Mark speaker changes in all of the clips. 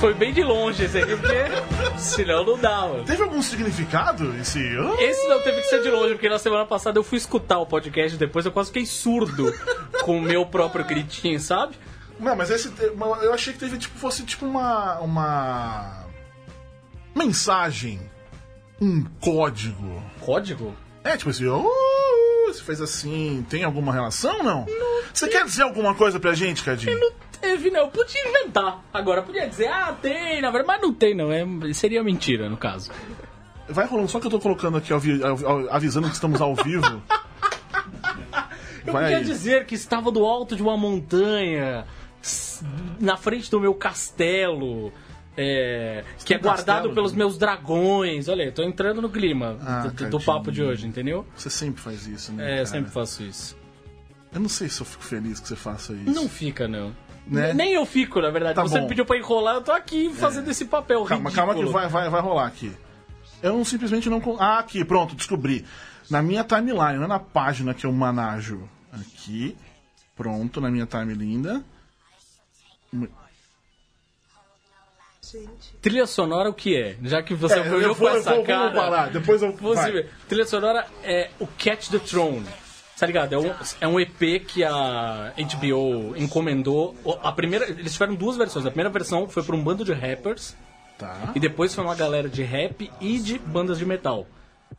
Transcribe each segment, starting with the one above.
Speaker 1: foi bem de longe esse aqui, porque senão não dava.
Speaker 2: Teve algum significado esse ano?
Speaker 1: Esse não teve que ser de longe, porque na semana passada eu fui escutar o podcast depois eu quase fiquei surdo com o meu próprio gritinho, sabe?
Speaker 2: Não, mas esse. te- mas Eu achei que teve, tipo, fosse tipo uma. uma. mensagem. Um código.
Speaker 1: Código?
Speaker 2: É, tipo assim, "Oh, você fez assim, tem alguma relação não? Você quer dizer alguma coisa pra gente, Cadinho?
Speaker 1: Não teve, não. Eu podia inventar. Agora eu podia dizer, ah, tem, na verdade, mas não tem, não. É, seria mentira, no caso.
Speaker 2: Vai rolando, só que eu tô colocando aqui, ao vi- ao- ao- avisando que estamos ao vivo.
Speaker 1: Eu
Speaker 2: Vai
Speaker 1: podia
Speaker 2: aí.
Speaker 1: dizer que estava do alto de uma montanha, s- na frente do meu castelo. é, que é
Speaker 2: tem um
Speaker 1: guardado
Speaker 2: castelo,
Speaker 1: pelos
Speaker 2: Júlio?
Speaker 1: meus dragões. Olha, eu tô entrando no clima
Speaker 2: Ah,
Speaker 1: do- do,
Speaker 2: tadinho.
Speaker 1: papo de hoje, entendeu?
Speaker 2: Você sempre faz isso, né?
Speaker 1: É,
Speaker 2: cara?
Speaker 1: eu sempre faço isso.
Speaker 2: Eu não sei se eu fico feliz que você faça isso.
Speaker 1: Não fica, não.
Speaker 2: Né?
Speaker 1: Nem eu fico, na verdade.
Speaker 2: Tá
Speaker 1: Você
Speaker 2: bom. É.
Speaker 1: me pediu pra enrolar, eu tô aqui fazendo esse papel
Speaker 2: Calma,
Speaker 1: ridículo.
Speaker 2: calma que vai, vai, vai rolar aqui. Eu não- simplesmente não. con- Ah, aqui, pronto, descobri. Na minha timeline, não é na página que eu manajo. Aqui, pronto, na minha time linda.
Speaker 3: Gente,
Speaker 1: Trilha sonora o que é? Já que você olhou
Speaker 2: vou,
Speaker 1: pra essa
Speaker 2: vou-
Speaker 1: cara...
Speaker 2: vamos parar, depois eu.
Speaker 1: Você
Speaker 2: vai.
Speaker 1: vê, trilha sonora é o Catch the Throne. Tá ligado? É um, é um EP que a HBO encomendou. O- A primeira, eles tiveram duas versões. A primeira versão foi pra um bando de rappers
Speaker 2: Tá.
Speaker 1: e depois foi uma galera de rap e de bandas de metal.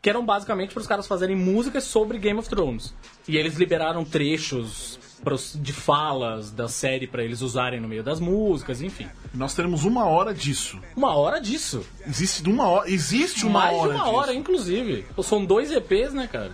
Speaker 1: Que eram basicamente para os caras fazerem músicas sobre Game of Thrones. E eles liberaram trechos pros- de falas da série pra eles usarem no meio das músicas, enfim.
Speaker 2: Nós teremos uma hora disso.
Speaker 1: Uma hora disso.
Speaker 2: Existe uma hora. Existe uma
Speaker 1: Mais
Speaker 2: hora.
Speaker 1: de uma
Speaker 2: disso.
Speaker 1: hora, inclusive. Pô, São dois EPs, né, cara?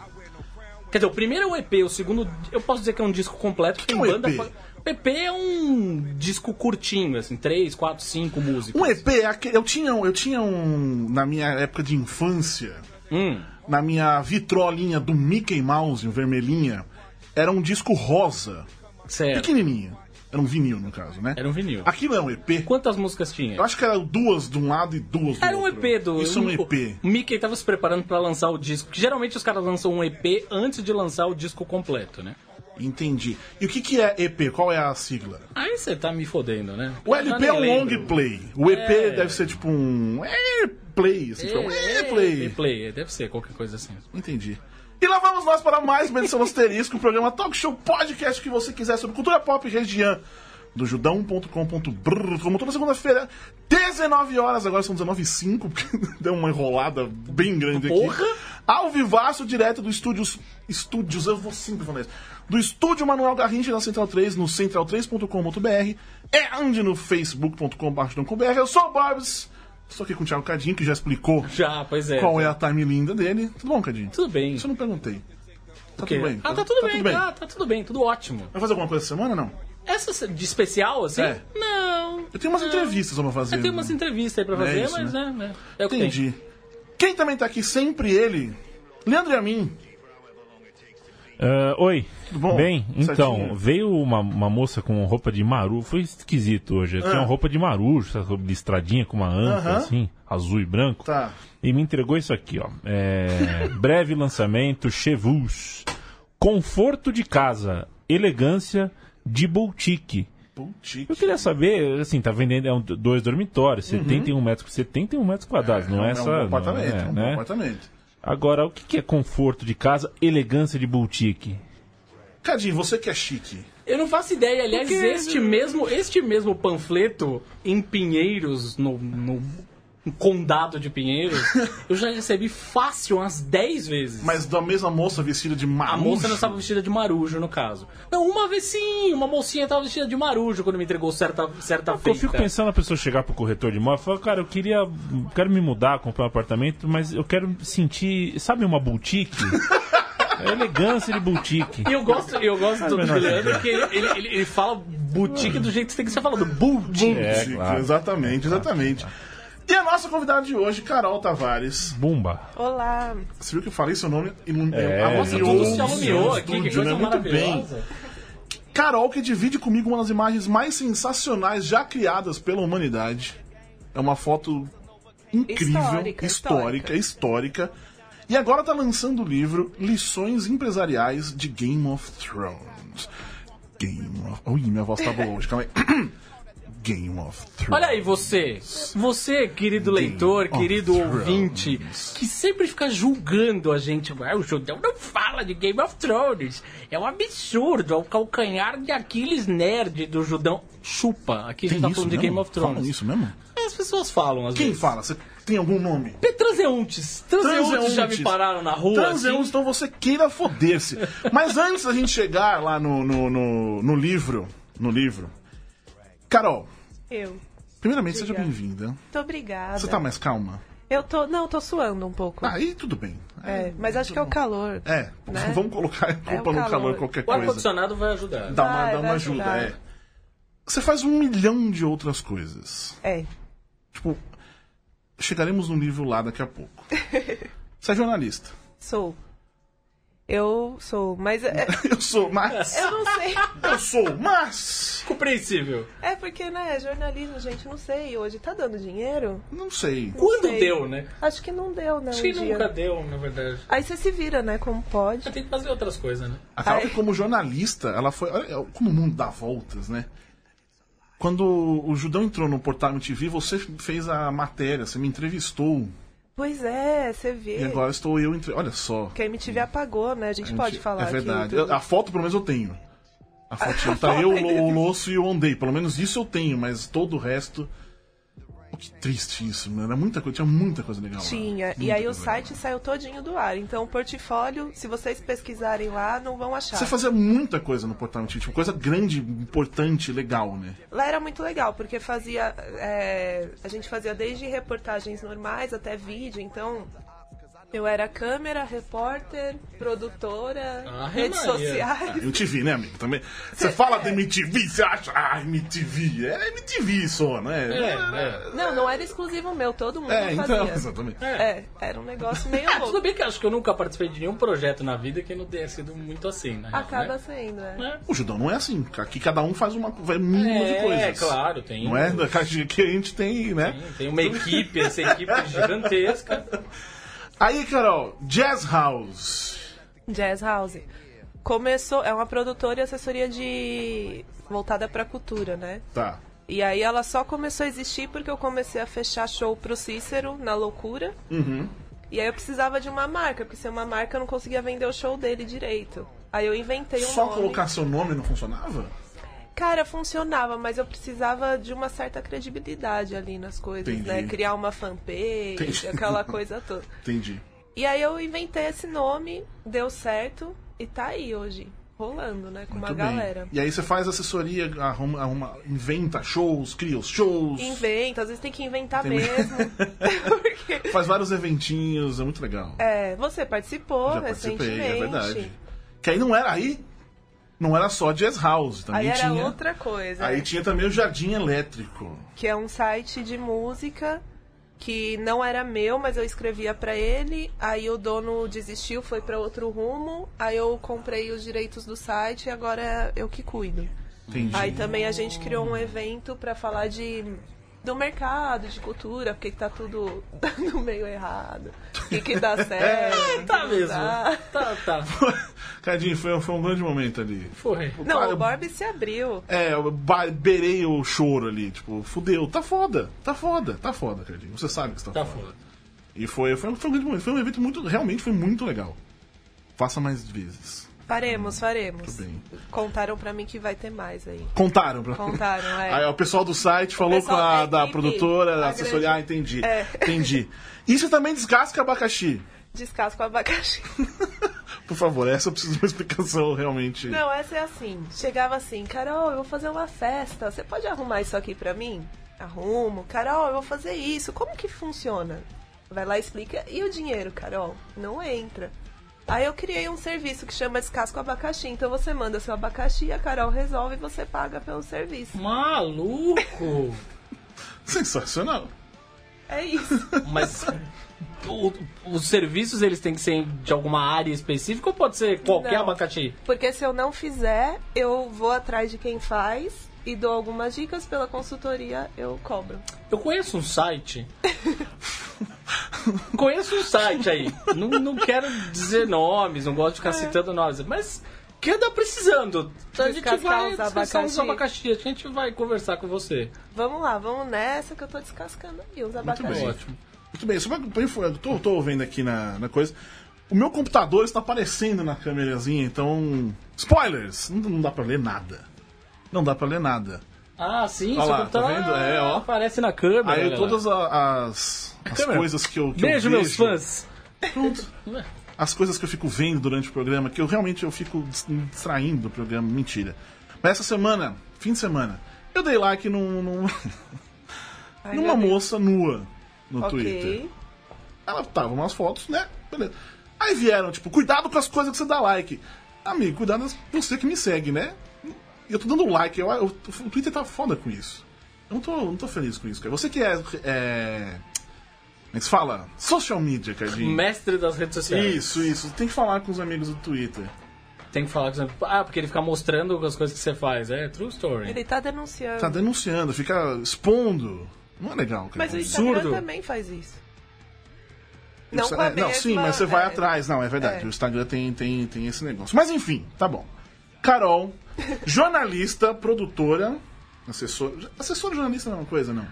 Speaker 1: Quer dizer, o primeiro é o EP, o segundo eu posso dizer que é um disco completo.
Speaker 2: que
Speaker 1: tem
Speaker 2: é um
Speaker 1: banda
Speaker 2: EP?
Speaker 1: fa- O EP é um disco curtinho, assim, três, quatro, cinco músicas.
Speaker 2: Um EP é aquele. Eu tinha, um- eu tinha um. Na minha época de infância,
Speaker 1: Hum.
Speaker 2: na minha vitrolinha do Mickey Mouse, em vermelhinha, era um disco rosa.
Speaker 1: Certo.
Speaker 2: Pequenininho. Era um vinil, no caso, né?
Speaker 1: Era um vinil.
Speaker 2: Aquilo é um EP?
Speaker 1: Quantas músicas tinha?
Speaker 2: Eu acho que era duas de um lado e duas do
Speaker 1: Era um
Speaker 2: outro.
Speaker 1: EP do.
Speaker 2: Isso é um
Speaker 1: o-
Speaker 2: EP.
Speaker 1: O Mickey tava se preparando pra lançar o disco. que Geralmente os caras lançam um EP antes de lançar o disco completo, né?
Speaker 2: Entendi. E o que, que é EP? Qual é a sigla?
Speaker 1: Aí você tá me fodendo, né?
Speaker 2: O
Speaker 1: Eu já
Speaker 2: LP
Speaker 1: nem
Speaker 2: é um
Speaker 1: lembro.
Speaker 2: long play. O EP
Speaker 1: É.
Speaker 2: deve ser tipo um. É play. Assim, tipo, é,
Speaker 1: É,
Speaker 2: play.
Speaker 1: é, play, deve ser qualquer coisa assim.
Speaker 2: Entendi. E lá vamos nós para mais uma edição do Asterisco, o programa Talk Show Podcast que você quiser sobre cultura pop e região do judão.com.br, como toda segunda-feira, 19 horas, agora são 19 e 05, porque deu uma enrolada bem grande aqui.
Speaker 1: Porra!
Speaker 2: Ao vivaço, direto do Estúdios, Estúdios, eu vou sempre falar isso, do Estúdio Manuel Garrincha da Central 3, no central3.com.br, é onde no facebook.com.br, eu sou o Barbs, estou aqui com o Thiago Cadinho, que já explicou
Speaker 1: Já, pois é.
Speaker 2: qual é a time linda dele. Tudo bom, Cadinho?
Speaker 1: Tudo bem.
Speaker 2: Isso eu não perguntei. Tá
Speaker 1: Quê?
Speaker 2: tudo bem?
Speaker 1: Ah, tá tudo bem, tá, tá tudo bem, tudo ótimo.
Speaker 2: Vai fazer alguma coisa essa semana não?
Speaker 1: Essa se- de especial, assim?
Speaker 2: É.
Speaker 1: Não.
Speaker 2: Eu tenho umas
Speaker 1: não.
Speaker 2: entrevistas pra fazer.
Speaker 1: Ah, Eu tenho umas entrevistas aí pra
Speaker 2: É
Speaker 1: fazer,
Speaker 2: isso,
Speaker 1: mas né? né, é o que tem.
Speaker 2: Entendi. Quem também tá aqui sempre ele? Leandro e a mim.
Speaker 4: Ah, oi.
Speaker 2: Tudo bom?
Speaker 4: Bem, então,
Speaker 2: Certinho?
Speaker 4: veio uma, uma moça com roupa de maru, foi esquisito hoje. Tinha uma roupa de marujo, sabe, de estradinha com uma anta,
Speaker 2: Ah. Aham.
Speaker 4: assim, azul e branco.
Speaker 2: Tá.
Speaker 4: E me entregou isso aqui, ó. É, breve lançamento, Chevus. Conforto de casa, elegância de boutique. Eu
Speaker 2: Boutique.
Speaker 4: queria saber, assim, tá vendendo é um, dois dormitórios, 71 metros, 71 metros quadrados, não
Speaker 2: Uhum.
Speaker 4: é,
Speaker 2: um
Speaker 4: essa.
Speaker 2: bom
Speaker 4: não
Speaker 2: apartamento,
Speaker 4: é,
Speaker 2: é um bom
Speaker 4: né?
Speaker 2: apartamento.
Speaker 4: Agora, o que que é conforto de casa, elegância de boutique?
Speaker 2: Cadinho, você que é chique.
Speaker 1: Eu não faço ideia, aliás,
Speaker 4: Porque-
Speaker 1: este mesmo este mesmo panfleto em Pinheiros, no, no condado de Pinheiros, eu já recebi fácil umas 10 vezes.
Speaker 2: Mas da mesma moça vestida de marujo.
Speaker 1: A moça não estava vestida de marujo, no caso. Não, uma vez sim, uma mocinha estava vestida de marujo quando me entregou certa, certa
Speaker 4: É Eu
Speaker 1: feita.
Speaker 4: fico pensando na pessoa chegar pro corretor de imóvel e falar, cara, eu queria. Quero me mudar, comprar um apartamento, mas eu quero sentir. Sabe uma boutique? É elegância de boutique.
Speaker 1: E eu gosto, eu gosto do, do
Speaker 4: menor
Speaker 1: Leandro porque ele, ele, ele- ele fala boutique do jeito que tem que ser falado. Boutique.
Speaker 2: Boutique,
Speaker 4: É, claro.
Speaker 2: Exatamente, exatamente. E a nossa convidada de hoje, Carol Tavares.
Speaker 4: Bumba.
Speaker 3: olá.
Speaker 2: Você viu que eu falei seu nome? Ilum...
Speaker 4: É,
Speaker 1: Nossa,
Speaker 4: Meu
Speaker 1: tudo se
Speaker 4: Deus,
Speaker 1: alumiou
Speaker 2: o
Speaker 1: aqui, que
Speaker 2: estúdio,
Speaker 1: coisa
Speaker 2: né? Muito bem.
Speaker 1: maravilhosa.
Speaker 2: Carol, que divide comigo uma das imagens mais sensacionais já criadas pela humanidade. É uma foto incrível,
Speaker 3: Histórica,
Speaker 2: histórica, histórica. E agora tá lançando o livro Lições Empresariais de Game of Thrones. Game of... Ui, minha voz tá boa hoje, calma aí. Game of Thrones.
Speaker 1: Olha aí você, tá você, querido leitor,
Speaker 2: of
Speaker 1: querido
Speaker 2: Thrones.
Speaker 1: ouvinte, que sempre fica julgando a gente. Ah, o Judão não fala de Game of Thrones. É um absurdo, é o calcanhar de Aquiles nerd do Judão. Chupa, aqui a
Speaker 2: Tem
Speaker 1: gente tá
Speaker 2: isso
Speaker 1: falando de
Speaker 2: mesmo?
Speaker 1: Game of Thrones. É,
Speaker 2: Falam isso mesmo?
Speaker 1: As pessoas falam, às
Speaker 2: Quem
Speaker 1: vezes.
Speaker 2: fala? Você tem algum nome?
Speaker 1: Pe- Transeuntes. transeuntes. já me
Speaker 2: Transeuntes.
Speaker 1: pararam na rua. assim.
Speaker 2: Transeuntes, então você queira foder-se. Mas antes da gente chegar lá no, no, no, no livro, no livro, Carol,
Speaker 3: Eu.
Speaker 2: primeiramente seja
Speaker 3: Diga.
Speaker 2: bem-vinda.
Speaker 3: Muito obrigada.
Speaker 2: Você tá mais Ah, calma?
Speaker 3: Eu tô. Não, tô suando um pouco.
Speaker 2: Aí tudo bem.
Speaker 3: É, mas
Speaker 2: tá
Speaker 3: acho que é o calor.
Speaker 2: É,
Speaker 3: Né?
Speaker 2: vamos colocar a culpa
Speaker 3: É o
Speaker 2: no calor,
Speaker 3: calor.
Speaker 2: qualquer
Speaker 1: O
Speaker 2: coisa.
Speaker 1: ar-condicionado vai ajudar.
Speaker 2: Dá uma,
Speaker 3: Vai,
Speaker 2: dá
Speaker 3: vai
Speaker 2: uma ajuda,
Speaker 3: ajudar.
Speaker 2: é. Você faz um milhão de outras coisas.
Speaker 3: É.
Speaker 2: Tipo, chegaremos no livro lá daqui a pouco. Você é jornalista.
Speaker 3: Sou. Eu sou, mas é-
Speaker 2: Eu sou, mas.
Speaker 3: eu não sei.
Speaker 2: Eu sou, mas.
Speaker 1: Compreensível.
Speaker 3: É porque, né, jornalismo, gente, não sei. Hoje tá dando dinheiro?
Speaker 2: Não sei.
Speaker 1: Quando
Speaker 3: sei.
Speaker 1: deu, né?
Speaker 3: Acho que não deu, não.
Speaker 1: Acho
Speaker 3: um
Speaker 1: que
Speaker 3: dia.
Speaker 1: nunca deu, na verdade.
Speaker 3: Aí você se vira, né, como pode.
Speaker 1: Já tem que fazer outras coisas, né?
Speaker 2: A Carol,
Speaker 3: Ai.
Speaker 2: que como jornalista, ela foi. Olha é como o mundo dá voltas, né? Quando o Judão entrou no portal MTV, você fez a matéria, você me entrevistou.
Speaker 3: Pois é, você
Speaker 2: E
Speaker 3: vê.
Speaker 2: agora estou eu entre. Olha só.
Speaker 3: Que a MTV apagou, né? A gente,
Speaker 2: A gente-
Speaker 3: pode falar
Speaker 2: É verdade.
Speaker 3: aqui. tudo.
Speaker 2: Eu- a foto, pelo menos, eu tenho. A fotinha tá eu, o o Losso e o Ondei. Pelo menos isso eu tenho, mas todo o resto. Pô, Que triste isso, mano. Era muita coisa, tinha muita coisa legal. lá.
Speaker 3: Tinha. E
Speaker 2: Muita
Speaker 3: aí o
Speaker 2: coisa
Speaker 3: site
Speaker 2: legal.
Speaker 3: saiu todinho do ar. Então o portfólio, se vocês pesquisarem lá, não vão achar.
Speaker 2: Você fazia muita coisa no portal MTV, tipo, coisa grande, importante, legal, né?
Speaker 3: Lá era muito legal, porque fazia. é, a gente fazia desde reportagens normais até vídeo, então. Eu era câmera, repórter, produtora,
Speaker 1: Ah,
Speaker 3: redes
Speaker 1: Maria.
Speaker 3: sociais.
Speaker 2: MTV, né, amigo? Também.
Speaker 3: É.
Speaker 2: Você fala da MTV, você acha, ah, MTV. É MTV só, né?
Speaker 1: É, é.
Speaker 3: Não, não era exclusivo meu, todo mundo
Speaker 2: É, então,
Speaker 3: fazia.
Speaker 2: exatamente.
Speaker 3: É, era um negócio meio
Speaker 1: Ah, tudo
Speaker 3: louco.
Speaker 1: bem que eu acho que eu nunca participei de nenhum projeto na vida que não tenha sido muito assim, né?
Speaker 3: Acaba sendo, é.
Speaker 1: né?
Speaker 2: O judão não é assim. Aqui cada um faz uma vai mil de coisas.
Speaker 1: É, claro, tem.
Speaker 2: Não é? Que a gente tem, né?
Speaker 1: Tem uma equipe, essa equipe é gigantesca.
Speaker 2: Aí, Carol, Jazz House.
Speaker 3: Jazz House. Começou, é uma produtora e assessoria de voltada pra cultura, né?
Speaker 2: Tá.
Speaker 3: E aí ela só começou a existir porque eu comecei a fechar show pro Cícero na loucura.
Speaker 2: Uhum.
Speaker 3: E aí eu precisava de uma marca, porque sem uma marca eu não conseguia vender o show dele direito. Aí eu inventei um
Speaker 2: Só
Speaker 3: nome.
Speaker 2: colocar seu nome não funcionava?
Speaker 3: Cara, funcionava, mas eu precisava de uma certa credibilidade ali nas coisas,
Speaker 2: Entendi.
Speaker 3: né? Criar uma fanpage,
Speaker 2: Entendi.
Speaker 3: aquela coisa toda.
Speaker 2: Entendi.
Speaker 3: E aí eu inventei esse nome, deu certo e tá aí hoje, rolando, né? Com uma
Speaker 2: Muito bem.
Speaker 3: galera.
Speaker 2: E aí você faz assessoria, arruma, arruma- inventa shows, cria os shows,
Speaker 3: Inventa, às vezes tem que inventar
Speaker 2: Tem-
Speaker 3: mesmo. porque...
Speaker 2: faz vários eventinhos, é muito legal.
Speaker 3: É, você participou
Speaker 2: Já participei,
Speaker 3: recentemente.
Speaker 2: é verdade. Que aí não era aí, não era só Jazz House, também
Speaker 3: Aí era
Speaker 2: tinha.
Speaker 3: outra coisa,
Speaker 2: Aí
Speaker 3: né?
Speaker 2: tinha também o Jardim Elétrico.
Speaker 3: que é um site de música que não era meu, mas eu escrevia pra ele. Aí o dono desistiu, foi pra outro rumo. Aí eu comprei os direitos do site e agora eu que cuido.
Speaker 2: Entendi.
Speaker 3: Aí também a gente criou um evento pra falar de do mercado, de cultura, porque que tá tudo dando meio errado. O que, que
Speaker 2: É,
Speaker 3: dá certo? o que
Speaker 1: Tá
Speaker 3: não
Speaker 1: mesmo.
Speaker 3: dá.
Speaker 1: Tá, tá.
Speaker 2: Cadinho, foi, foi um grande momento ali.
Speaker 1: Foi.
Speaker 3: Não,
Speaker 2: Cara,
Speaker 3: o Borb se abriu.
Speaker 2: É, eu ba- beirei o choro ali, tipo, fudeu, tá foda, tá foda, tá foda, Cadinho. Você sabe que você tá,
Speaker 1: Tá
Speaker 2: foda.
Speaker 1: foda.
Speaker 2: E foi, foi, um- foi um grande momento, foi um evento muito, realmente foi muito legal. Faça mais vezes.
Speaker 3: Faremos, faremos.
Speaker 2: Tudo bem.
Speaker 3: Contaram pra mim que vai ter mais aí.
Speaker 2: Contaram pra
Speaker 3: Contaram, é.
Speaker 2: Aí o pessoal do site falou com
Speaker 3: pessoal
Speaker 2: a
Speaker 3: da
Speaker 2: da
Speaker 3: equipe,
Speaker 2: produtora, da
Speaker 3: a
Speaker 2: assessoria, ah,
Speaker 3: grande-
Speaker 2: entendi.
Speaker 3: É.
Speaker 2: Entendi. Isso também descasca abacaxi.
Speaker 3: Descasco o abacaxi.
Speaker 2: Por favor, essa eu preciso de uma explicação realmente.
Speaker 3: Não, essa é assim. Chegava assim, Carol, eu vou fazer uma festa. Você pode arrumar isso aqui pra mim? Arrumo. Carol, eu vou fazer isso. Como que funciona? Vai lá e explica. E o dinheiro, Carol? Não entra. Aí eu criei um serviço que chama Descasco Abacaxi. Então você manda seu abacaxi, a Carol resolve e você paga pelo serviço.
Speaker 1: Maluco!
Speaker 2: Sensacional.
Speaker 3: É isso.
Speaker 1: Mas o- os serviços eles têm que ser de alguma área específica ou pode ser qualquer
Speaker 3: Não.
Speaker 1: abacaxi?
Speaker 3: Porque se eu não fizer, eu vou atrás de quem faz e dou algumas dicas pela consultoria, eu cobro.
Speaker 1: Eu conheço um site.
Speaker 3: É.
Speaker 1: conheço um site aí. Não, não quero dizer nomes, não gosto de ficar citando nomes. Mas que tá precisando? A gente
Speaker 3: Descascar
Speaker 1: vai
Speaker 3: uns
Speaker 1: descansar uns
Speaker 3: abacaxi.
Speaker 1: abacaxi, a gente vai conversar com você.
Speaker 3: Vamos lá, vamos nessa que eu tô descascando aí os
Speaker 2: bem.
Speaker 3: abacaxi.
Speaker 1: Ótimo.
Speaker 2: Muito bem, só pra, pra info- eu tô, tô vendo aqui na, na coisa. O meu computador está aparecendo na câmerazinha, então. Spoilers! Não, não dá pra ler nada. Não dá pra ler nada.
Speaker 1: Ah, sim,
Speaker 2: Olha
Speaker 1: seu
Speaker 2: lá, tá
Speaker 1: computador
Speaker 2: vendo? É, ó.
Speaker 1: aparece na câmera.
Speaker 2: Aí
Speaker 1: olha lá.
Speaker 2: todas a- as, as
Speaker 1: Câmera.
Speaker 2: coisas que eu. Que eu
Speaker 1: Beijo, meus
Speaker 2: vejo-
Speaker 1: fãs.
Speaker 2: as coisas que eu fico vendo durante o programa, que eu realmente eu fico dis- me distraindo do programa, mentira. Mas essa semana, fim de semana, eu dei like num, num-
Speaker 3: Ai,
Speaker 2: numa
Speaker 3: meu
Speaker 2: moça nua no
Speaker 3: Deus.
Speaker 2: Twitter.
Speaker 3: Ok.
Speaker 2: Ela tava umas fotos, né? Beleza. Aí vieram, tipo, cuidado com as coisas que você dá like. Amigo, cuidado com você que me segue, né? E Eu tô dando um like, eu, eu- o Twitter tá foda com isso. Eu não tô, não tô feliz com isso, cara. Você que é. é como é que se fala? Social media, Cardinho.
Speaker 1: Mestre das redes sociais.
Speaker 2: Isso, isso. Tem que falar com os amigos do Twitter.
Speaker 1: Tem que falar com você. Ah, porque ele fica mostrando as coisas que você faz. É, true story.
Speaker 3: Ele tá denunciando.
Speaker 2: Tá denunciando, fica expondo. Não é legal, cara.
Speaker 3: Mas o
Speaker 2: Isso
Speaker 3: Instagram
Speaker 1: absurdo.
Speaker 3: também faz isso.
Speaker 2: é-
Speaker 3: Não com a mesma...
Speaker 2: sim, mas você vai
Speaker 3: é,
Speaker 2: atrás. Não, é verdade.
Speaker 3: É.
Speaker 2: O Instagram tem, tem, tem esse negócio. Mas enfim, tá bom. Carol, jornalista, produtora, assessora. Assessora jornalista não é uma coisa, não.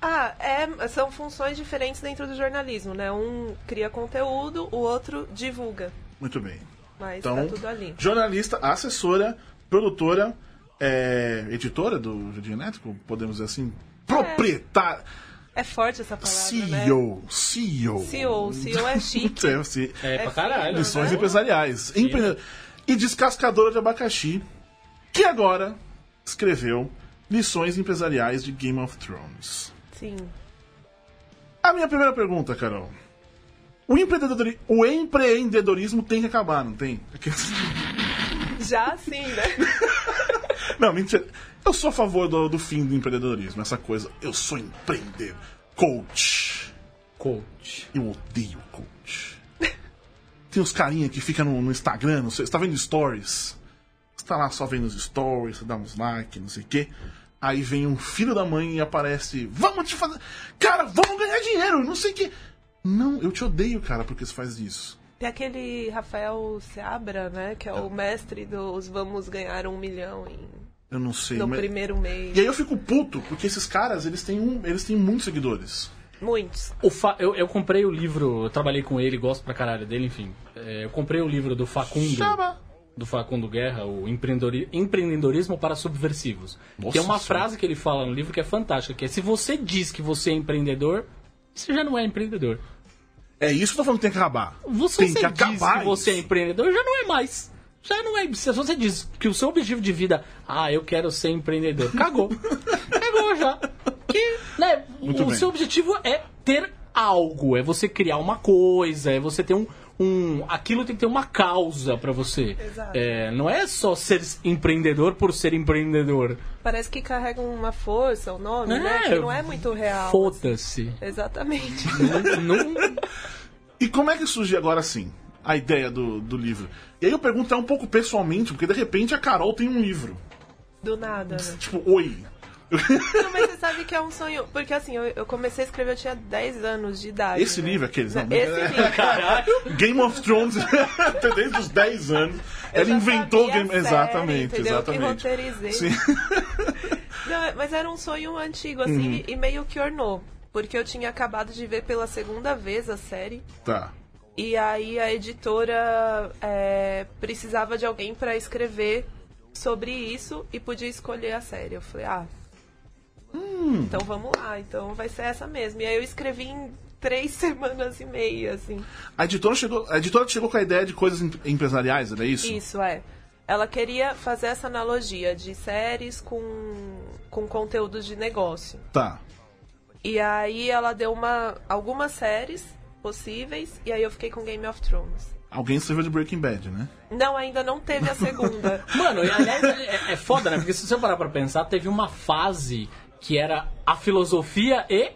Speaker 3: Ah, é, são funções diferentes dentro do jornalismo, né? Um cria conteúdo, o outro divulga.
Speaker 2: Muito bem.
Speaker 3: Mas
Speaker 2: Então,
Speaker 3: tá tudo ali.
Speaker 2: jornalista, assessora, produtora, é, editora do Genético, podemos dizer assim, proprietária,
Speaker 3: É forte essa palavra, né?
Speaker 2: CEO, CEO.
Speaker 3: CEO. CEO é chique.
Speaker 2: É, assim,
Speaker 1: É, pra
Speaker 3: filho,
Speaker 1: caralho.
Speaker 2: Lições
Speaker 1: né?
Speaker 2: empresariais. Empre- E descascadora de abacaxi, que agora escreveu Lições Empresariais de Game of Thrones.
Speaker 3: Sim.
Speaker 2: A minha primeira pergunta, Carol. O, empreendedori- o empreendedorismo tem que acabar, não tem?
Speaker 3: Já sim, né?
Speaker 2: Não, mentira. Eu sou a favor do, do fim do empreendedorismo, essa coisa. Eu sou empreendedor. Coach.
Speaker 1: Coach.
Speaker 2: Eu odeio coach. Tem uns carinha que fica no, no Instagram, não sei, você tá vendo stories. Você tá lá só vendo os stories, você dá uns likes, não sei o quê. Aí vem um filho da mãe e aparece. Vamos te fazer. Cara, vamos ganhar dinheiro, não sei o quê. Não, eu te odeio, cara, porque você faz isso.
Speaker 3: Tem aquele Rafael Seabra, né? Que é o mestre dos vamos ganhar um milhão em-
Speaker 2: Eu não sei.
Speaker 3: no
Speaker 2: mas-
Speaker 3: primeiro mês.
Speaker 2: E aí eu fico puto, porque esses caras, eles têm, um, eles têm muitos seguidores.
Speaker 3: Muitos.
Speaker 1: O Fa- eu, eu comprei o livro, eu trabalhei com ele, gosto pra caralho dele, enfim. É, eu comprei o livro do Facundo.
Speaker 2: Chama.
Speaker 1: Do Facundo Guerra, o empreendedori- Empreendedorismo para Subversivos.
Speaker 2: Nossa
Speaker 1: que é uma
Speaker 2: senhora.
Speaker 1: frase que ele fala no livro que é fantástica, que é se você diz que você é empreendedor, você já não é empreendedor.
Speaker 2: É isso que eu tô falando que tem que acabar.
Speaker 1: Você
Speaker 2: tem que
Speaker 1: diz
Speaker 2: acabar
Speaker 1: que você é
Speaker 2: isso.
Speaker 1: empreendedor, já não é mais. Já não é. Se você diz que o seu objetivo de vida, ah, eu quero ser empreendedor, cagou. cagou já. Que, né,
Speaker 2: Muito
Speaker 1: o
Speaker 2: bem.
Speaker 1: seu objetivo é ter algo, é você criar uma coisa, é você ter um. um aquilo tem que ter uma causa pra você.
Speaker 3: Exato.
Speaker 1: É, não é só ser empreendedor por ser empreendedor.
Speaker 3: Parece que carregam uma força, o nome,
Speaker 1: É,
Speaker 3: né? Que não é muito real.
Speaker 1: Foda-se.
Speaker 3: Exatamente.
Speaker 1: Não-
Speaker 2: E como é que surgiu agora assim a ideia do, do livro? E aí eu pergunto é um pouco pessoalmente, porque de repente a Carol tem um livro.
Speaker 3: Do nada, né?
Speaker 2: Tipo, oi.
Speaker 3: Não, mas você sabe que é um sonho. Porque assim, eu, eu comecei a escrever, eu tinha 10 anos de idade.
Speaker 2: Esse
Speaker 3: né?
Speaker 2: livro, aqueles. Não,
Speaker 3: Esse livro.
Speaker 1: Caralho.
Speaker 2: Game of Thrones, desde os 10 anos.
Speaker 3: Eu
Speaker 2: Ela
Speaker 3: já
Speaker 2: inventou
Speaker 3: sabia a
Speaker 2: Game.
Speaker 3: série,
Speaker 2: exatamente,
Speaker 3: entendeu?
Speaker 2: exatamente.
Speaker 3: Que roteirizei.
Speaker 2: Sim.
Speaker 3: Não, é- mas era um sonho antigo, assim, e meio que ornou. Porque eu tinha acabado de ver pela segunda vez a série.
Speaker 2: Tá.
Speaker 3: E aí a editora é, precisava de alguém pra escrever sobre isso e podia escolher a série. Eu falei, ah. Então vamos lá, então vai ser essa mesmo. E aí eu escrevi em três semanas e meia, assim.
Speaker 2: A editora chegou, a editora chegou com a ideia de coisas em- empresariais, era isso?
Speaker 3: Isso, é. Ela queria fazer essa analogia de séries com, com conteúdos de negócio.
Speaker 2: Tá.
Speaker 3: E aí ela deu uma, algumas séries possíveis, e aí eu fiquei com Game of Thrones.
Speaker 2: Alguém escreveu de Breaking Bad, né?
Speaker 3: Não, ainda não teve a segunda.
Speaker 1: Mano, e, aliás, é, é foda, né? Porque se você parar pra pensar, teve uma fase que era a filosofia e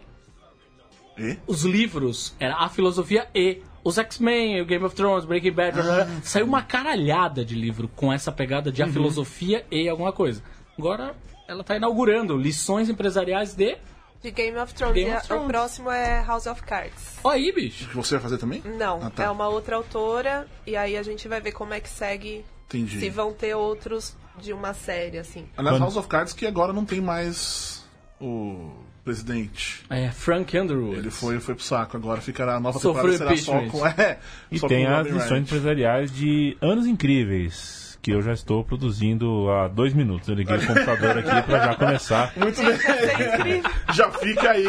Speaker 2: E?
Speaker 1: os livros. Era a filosofia e os X-Men, o Game of Thrones, Breaking Bad. blá, blá, blá.
Speaker 2: Ah.
Speaker 1: Saiu uma caralhada de livro com essa pegada
Speaker 2: Uhum.
Speaker 1: de a filosofia e alguma coisa. Agora ela tá inaugurando lições empresariais de.
Speaker 3: de Game of Thrones.
Speaker 1: Game
Speaker 3: e a-
Speaker 1: of Thrones.
Speaker 3: O próximo é House of Cards.
Speaker 1: Ó aí, bicho.
Speaker 2: Que você vai fazer também?
Speaker 3: Não,
Speaker 2: Ah, tá.
Speaker 3: é uma outra autora, e aí a gente vai ver como é que segue
Speaker 2: Entendi.
Speaker 3: Se vão ter outros de uma série, assim.
Speaker 2: Aliás,
Speaker 4: Quando-
Speaker 2: House of Cards que agora não tem mais o presidente.
Speaker 1: É, Frank Underwood.
Speaker 2: Ele foi, foi pro saco, agora ficará a nova
Speaker 1: Sofreu
Speaker 2: temporada será só
Speaker 1: impeachment.
Speaker 2: com. É,
Speaker 4: E
Speaker 2: só
Speaker 4: tem
Speaker 2: com o
Speaker 4: as
Speaker 2: Robin
Speaker 4: lições
Speaker 2: Wright.
Speaker 4: empresariais de Anos Incríveis, que eu já estou produzindo há dois minutos. Eu liguei o computador aqui para já começar.
Speaker 2: Muito
Speaker 3: Gente, ia ser
Speaker 2: bem.
Speaker 3: incrível.
Speaker 2: Já fica aí.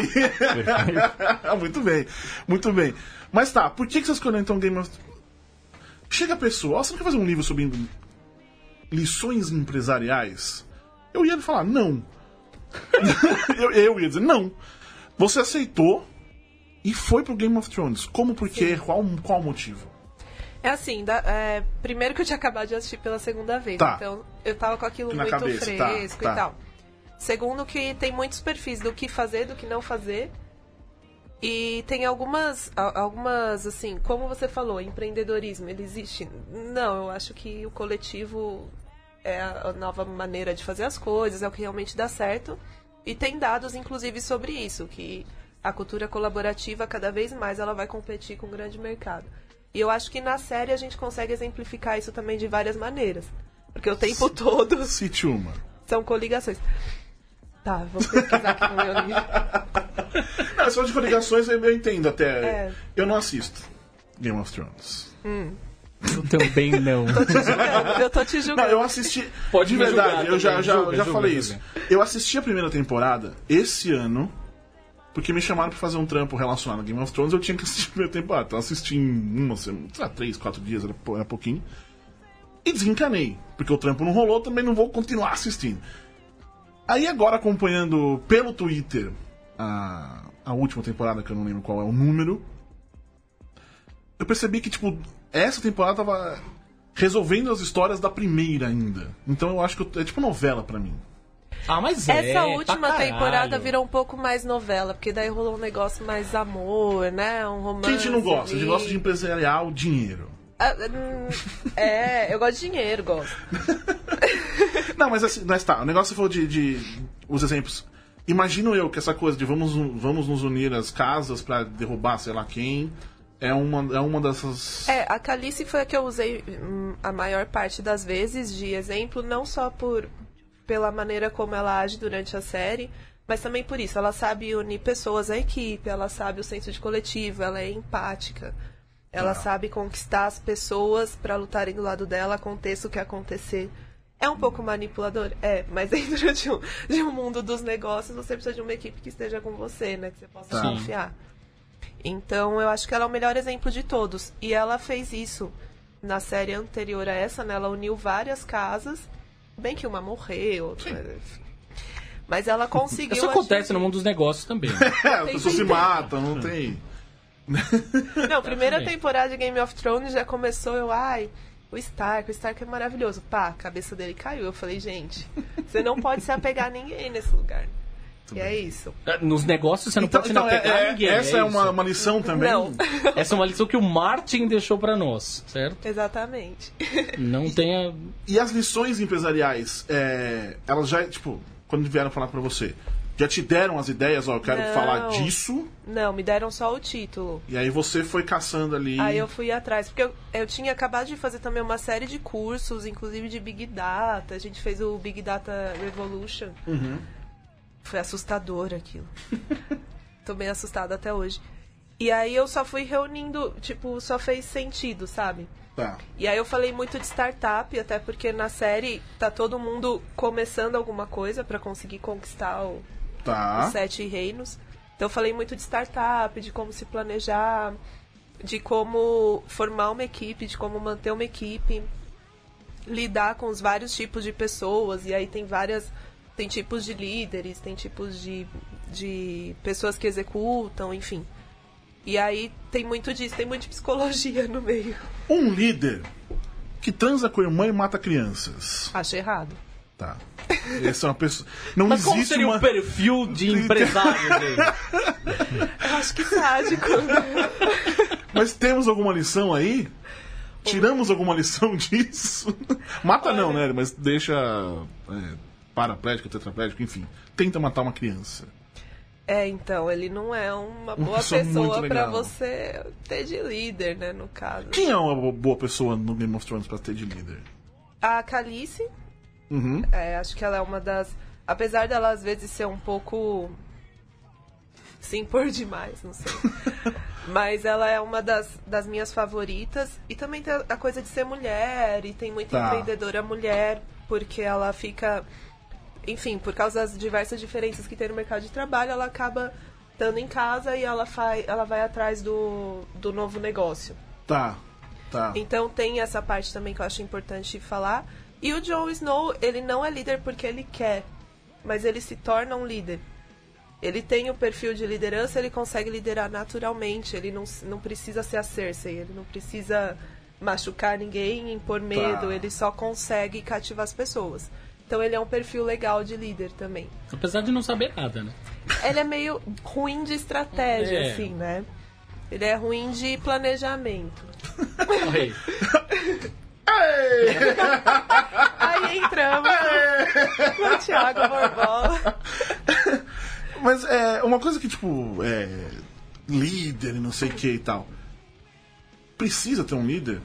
Speaker 2: muito bem, muito bem. Mas tá, por que, que você escolheu então Game of Chega a pessoa, ó, você não quer fazer um livro sobre lições empresariais? Eu ia falar, não. eu, eu ia dizer, não. Você aceitou e foi pro Game of Thrones. Como, por quê, qual, qual o motivo?
Speaker 3: É assim, da- é, primeiro que eu tinha acabado de assistir pela segunda vez,
Speaker 2: Tá.
Speaker 3: então eu tava com aquilo
Speaker 2: Na
Speaker 3: muito
Speaker 2: cabeça, tá,
Speaker 3: fresco
Speaker 2: tá.
Speaker 3: e tal. Segundo que tem muitos perfis do que fazer, do que não fazer. E tem algumas, a- algumas assim, como você falou, empreendedorismo, ele existe? Não, eu acho que o coletivo é a a nova maneira de fazer as coisas, é o que realmente dá certo. E tem dados, inclusive, sobre isso, que a cultura colaborativa, cada vez mais, ela vai competir com o grande mercado. E eu acho que na série a gente consegue exemplificar isso também de várias maneiras. Porque o tempo todo
Speaker 2: Cite uma.
Speaker 3: são coligações. Tá, vou pesquisar aqui no meu livro.
Speaker 2: Não, essa É, de coligações eu eu entendo até.
Speaker 3: É.
Speaker 2: Eu não assisto Game of Thrones.
Speaker 1: Eu também não.
Speaker 3: Eu tô te
Speaker 2: Não,
Speaker 3: julgando.
Speaker 2: eu assisti.
Speaker 1: Pode
Speaker 2: de
Speaker 1: me julgar
Speaker 2: verdade, eu já,
Speaker 1: também,
Speaker 2: já,
Speaker 1: julga,
Speaker 2: já
Speaker 1: julga,
Speaker 2: falei
Speaker 1: julga.
Speaker 2: isso. Eu assisti a primeira temporada esse ano, porque me chamaram pra fazer um trampo relacionado a Game of Thrones, eu tinha que assistir a primeira temporada. Então eu assisti em uma semana, sei lá, três, quatro dias, era, pou- era pouquinho. E desencanei, porque o trampo não rolou, também não vou continuar assistindo. Aí agora acompanhando pelo Twitter a, a última temporada, que eu não lembro qual é o número, eu percebi que, tipo, essa temporada tava resolvendo as histórias da primeira ainda. Então eu acho que eu- é tipo novela pra mim.
Speaker 1: Ah, mas é.
Speaker 3: Essa
Speaker 1: pra
Speaker 3: última
Speaker 1: caralho.
Speaker 3: temporada virou um pouco mais novela, porque daí rolou um negócio mais amor, né? Um romance.
Speaker 2: Quem a gente não gosta? A gente
Speaker 3: ali.
Speaker 2: gosta de empresarial, dinheiro.
Speaker 3: Ah, hum, É, eu gosto de dinheiro, gosto.
Speaker 2: Não, mas assim, mas tá, o negócio foi de, de. Os exemplos. Imagino eu que essa coisa de vamos, vamos nos unir as casas pra derrubar sei lá quem é uma, é uma dessas.
Speaker 3: É, a Calice foi a que eu usei hum, a maior parte das vezes de exemplo, não só por pela maneira como ela age durante a série, mas também por isso. Ela sabe unir pessoas à equipe, ela sabe o senso de coletivo, ela é empática. Ela sabe conquistar as pessoas pra lutarem do lado dela, aconteça o que acontecer. É um pouco manipulador? É, mas dentro de um, de um mundo dos negócios, você precisa de uma equipe que esteja com você, né? Que você possa
Speaker 2: Tá.
Speaker 3: confiar. Então, eu acho que ela é o melhor exemplo de todos. E ela fez isso na série anterior a essa, né? Ela uniu várias casas. Bem que uma morreu, outra... enfim. Mas ela conseguiu...
Speaker 1: Isso acontece no mundo dos negócios também.
Speaker 2: É, as
Speaker 3: tem
Speaker 2: pessoas se
Speaker 3: sentido.
Speaker 2: matam, não tem.
Speaker 3: Não, primeira
Speaker 1: também.
Speaker 3: temporada de Game of Thrones já começou, eu, ai, o Stark, o Stark é maravilhoso. Pá, a cabeça dele caiu. Eu falei, gente, você não pode se apegar a ninguém nesse lugar. e é isso.
Speaker 1: Nos negócios você não
Speaker 2: Então,
Speaker 1: pode
Speaker 2: então,
Speaker 1: não
Speaker 2: é-
Speaker 1: pegar
Speaker 2: é-
Speaker 1: ninguém.
Speaker 2: essa é,
Speaker 1: isso.
Speaker 2: uma, uma lição também.
Speaker 3: Não,
Speaker 1: Essa é uma lição que o Martin deixou pra nós, certo?
Speaker 3: exatamente.
Speaker 1: Não tenha.
Speaker 2: E as lições empresariais, é, elas já, tipo, quando vieram falar pra você, já te deram as ideias, ó, eu quero
Speaker 3: Não.
Speaker 2: falar disso,
Speaker 3: Não, me deram só o título.
Speaker 2: e aí você foi caçando ali.
Speaker 3: Aí eu fui atrás, porque eu, eu tinha acabado de fazer também uma série de cursos, inclusive de Big Data. A gente fez o Big Data Revolution. Foi assustador aquilo. Tô bem assustada até hoje. E aí eu só fui reunindo, tipo, só fez sentido, sabe?
Speaker 2: Tá.
Speaker 3: E aí eu falei muito de startup, até porque na série tá todo mundo começando alguma coisa pra conseguir conquistar o, os
Speaker 2: Tá.
Speaker 3: sete reinos. Então eu falei muito de startup, de como se planejar, de como formar uma equipe, de como manter uma equipe, lidar com os vários tipos de pessoas, e aí tem várias. Tem tipos de líderes, tem tipos de, de pessoas que executam, enfim. E aí tem muito disso, tem muito de psicologia no meio.
Speaker 2: Um líder que transa com a irmã e mata crianças.
Speaker 3: Acho errado.
Speaker 2: Tá. Essa é uma pessoa. Não
Speaker 1: Mas como
Speaker 2: existe
Speaker 1: seria
Speaker 2: uma.
Speaker 1: o perfil de empresário dele?
Speaker 3: Eu acho que sádico.
Speaker 2: Mas temos alguma lição aí? Tiramos alguma lição disso? Mata não, né? Mas deixa. É, paraplégico, tetraplégico, enfim. Tenta matar uma criança.
Speaker 3: É, então, ele não é uma
Speaker 2: Uma
Speaker 3: boa
Speaker 2: pessoa muito
Speaker 3: pessoa pra
Speaker 2: legal.
Speaker 3: você ter de líder, né, no caso.
Speaker 2: Quem é uma bo- boa pessoa no Game of Thrones pra ter de líder?
Speaker 3: a Calice. É, acho que ela é uma das. Apesar dela às vezes ser um pouco. Sim, por demais, não sei. Mas ela é uma das, das minhas favoritas. E também tem a- a coisa de ser mulher, e tem muita
Speaker 2: Tá.
Speaker 3: empreendedora mulher, porque ela fica. Enfim, por causa das diversas diferenças que tem no mercado de trabalho, ela acaba estando em casa e ela, faz, ela vai atrás do, do novo negócio.
Speaker 2: Tá. Tá.
Speaker 3: Então tem essa parte também que eu acho importante falar. E o Jon Snow, ele não é líder porque ele quer, mas ele se torna um líder. Ele tem o perfil de liderança, ele consegue liderar naturalmente, ele não, s- não precisa ser a Cersei, ele não precisa machucar ninguém, impor medo, ele só consegue cativar as pessoas. Então ele é um perfil legal de líder também.
Speaker 1: Apesar de não saber nada, né?
Speaker 3: Ele é meio ruim de estratégia,
Speaker 1: É.
Speaker 3: assim, né? Ele é ruim de planejamento.
Speaker 1: Correio.
Speaker 3: Aí entramos no Thiago Borbola.
Speaker 2: Mas é uma coisa que, tipo, é. Líder e não sei o que e tal. Precisa ter um líder?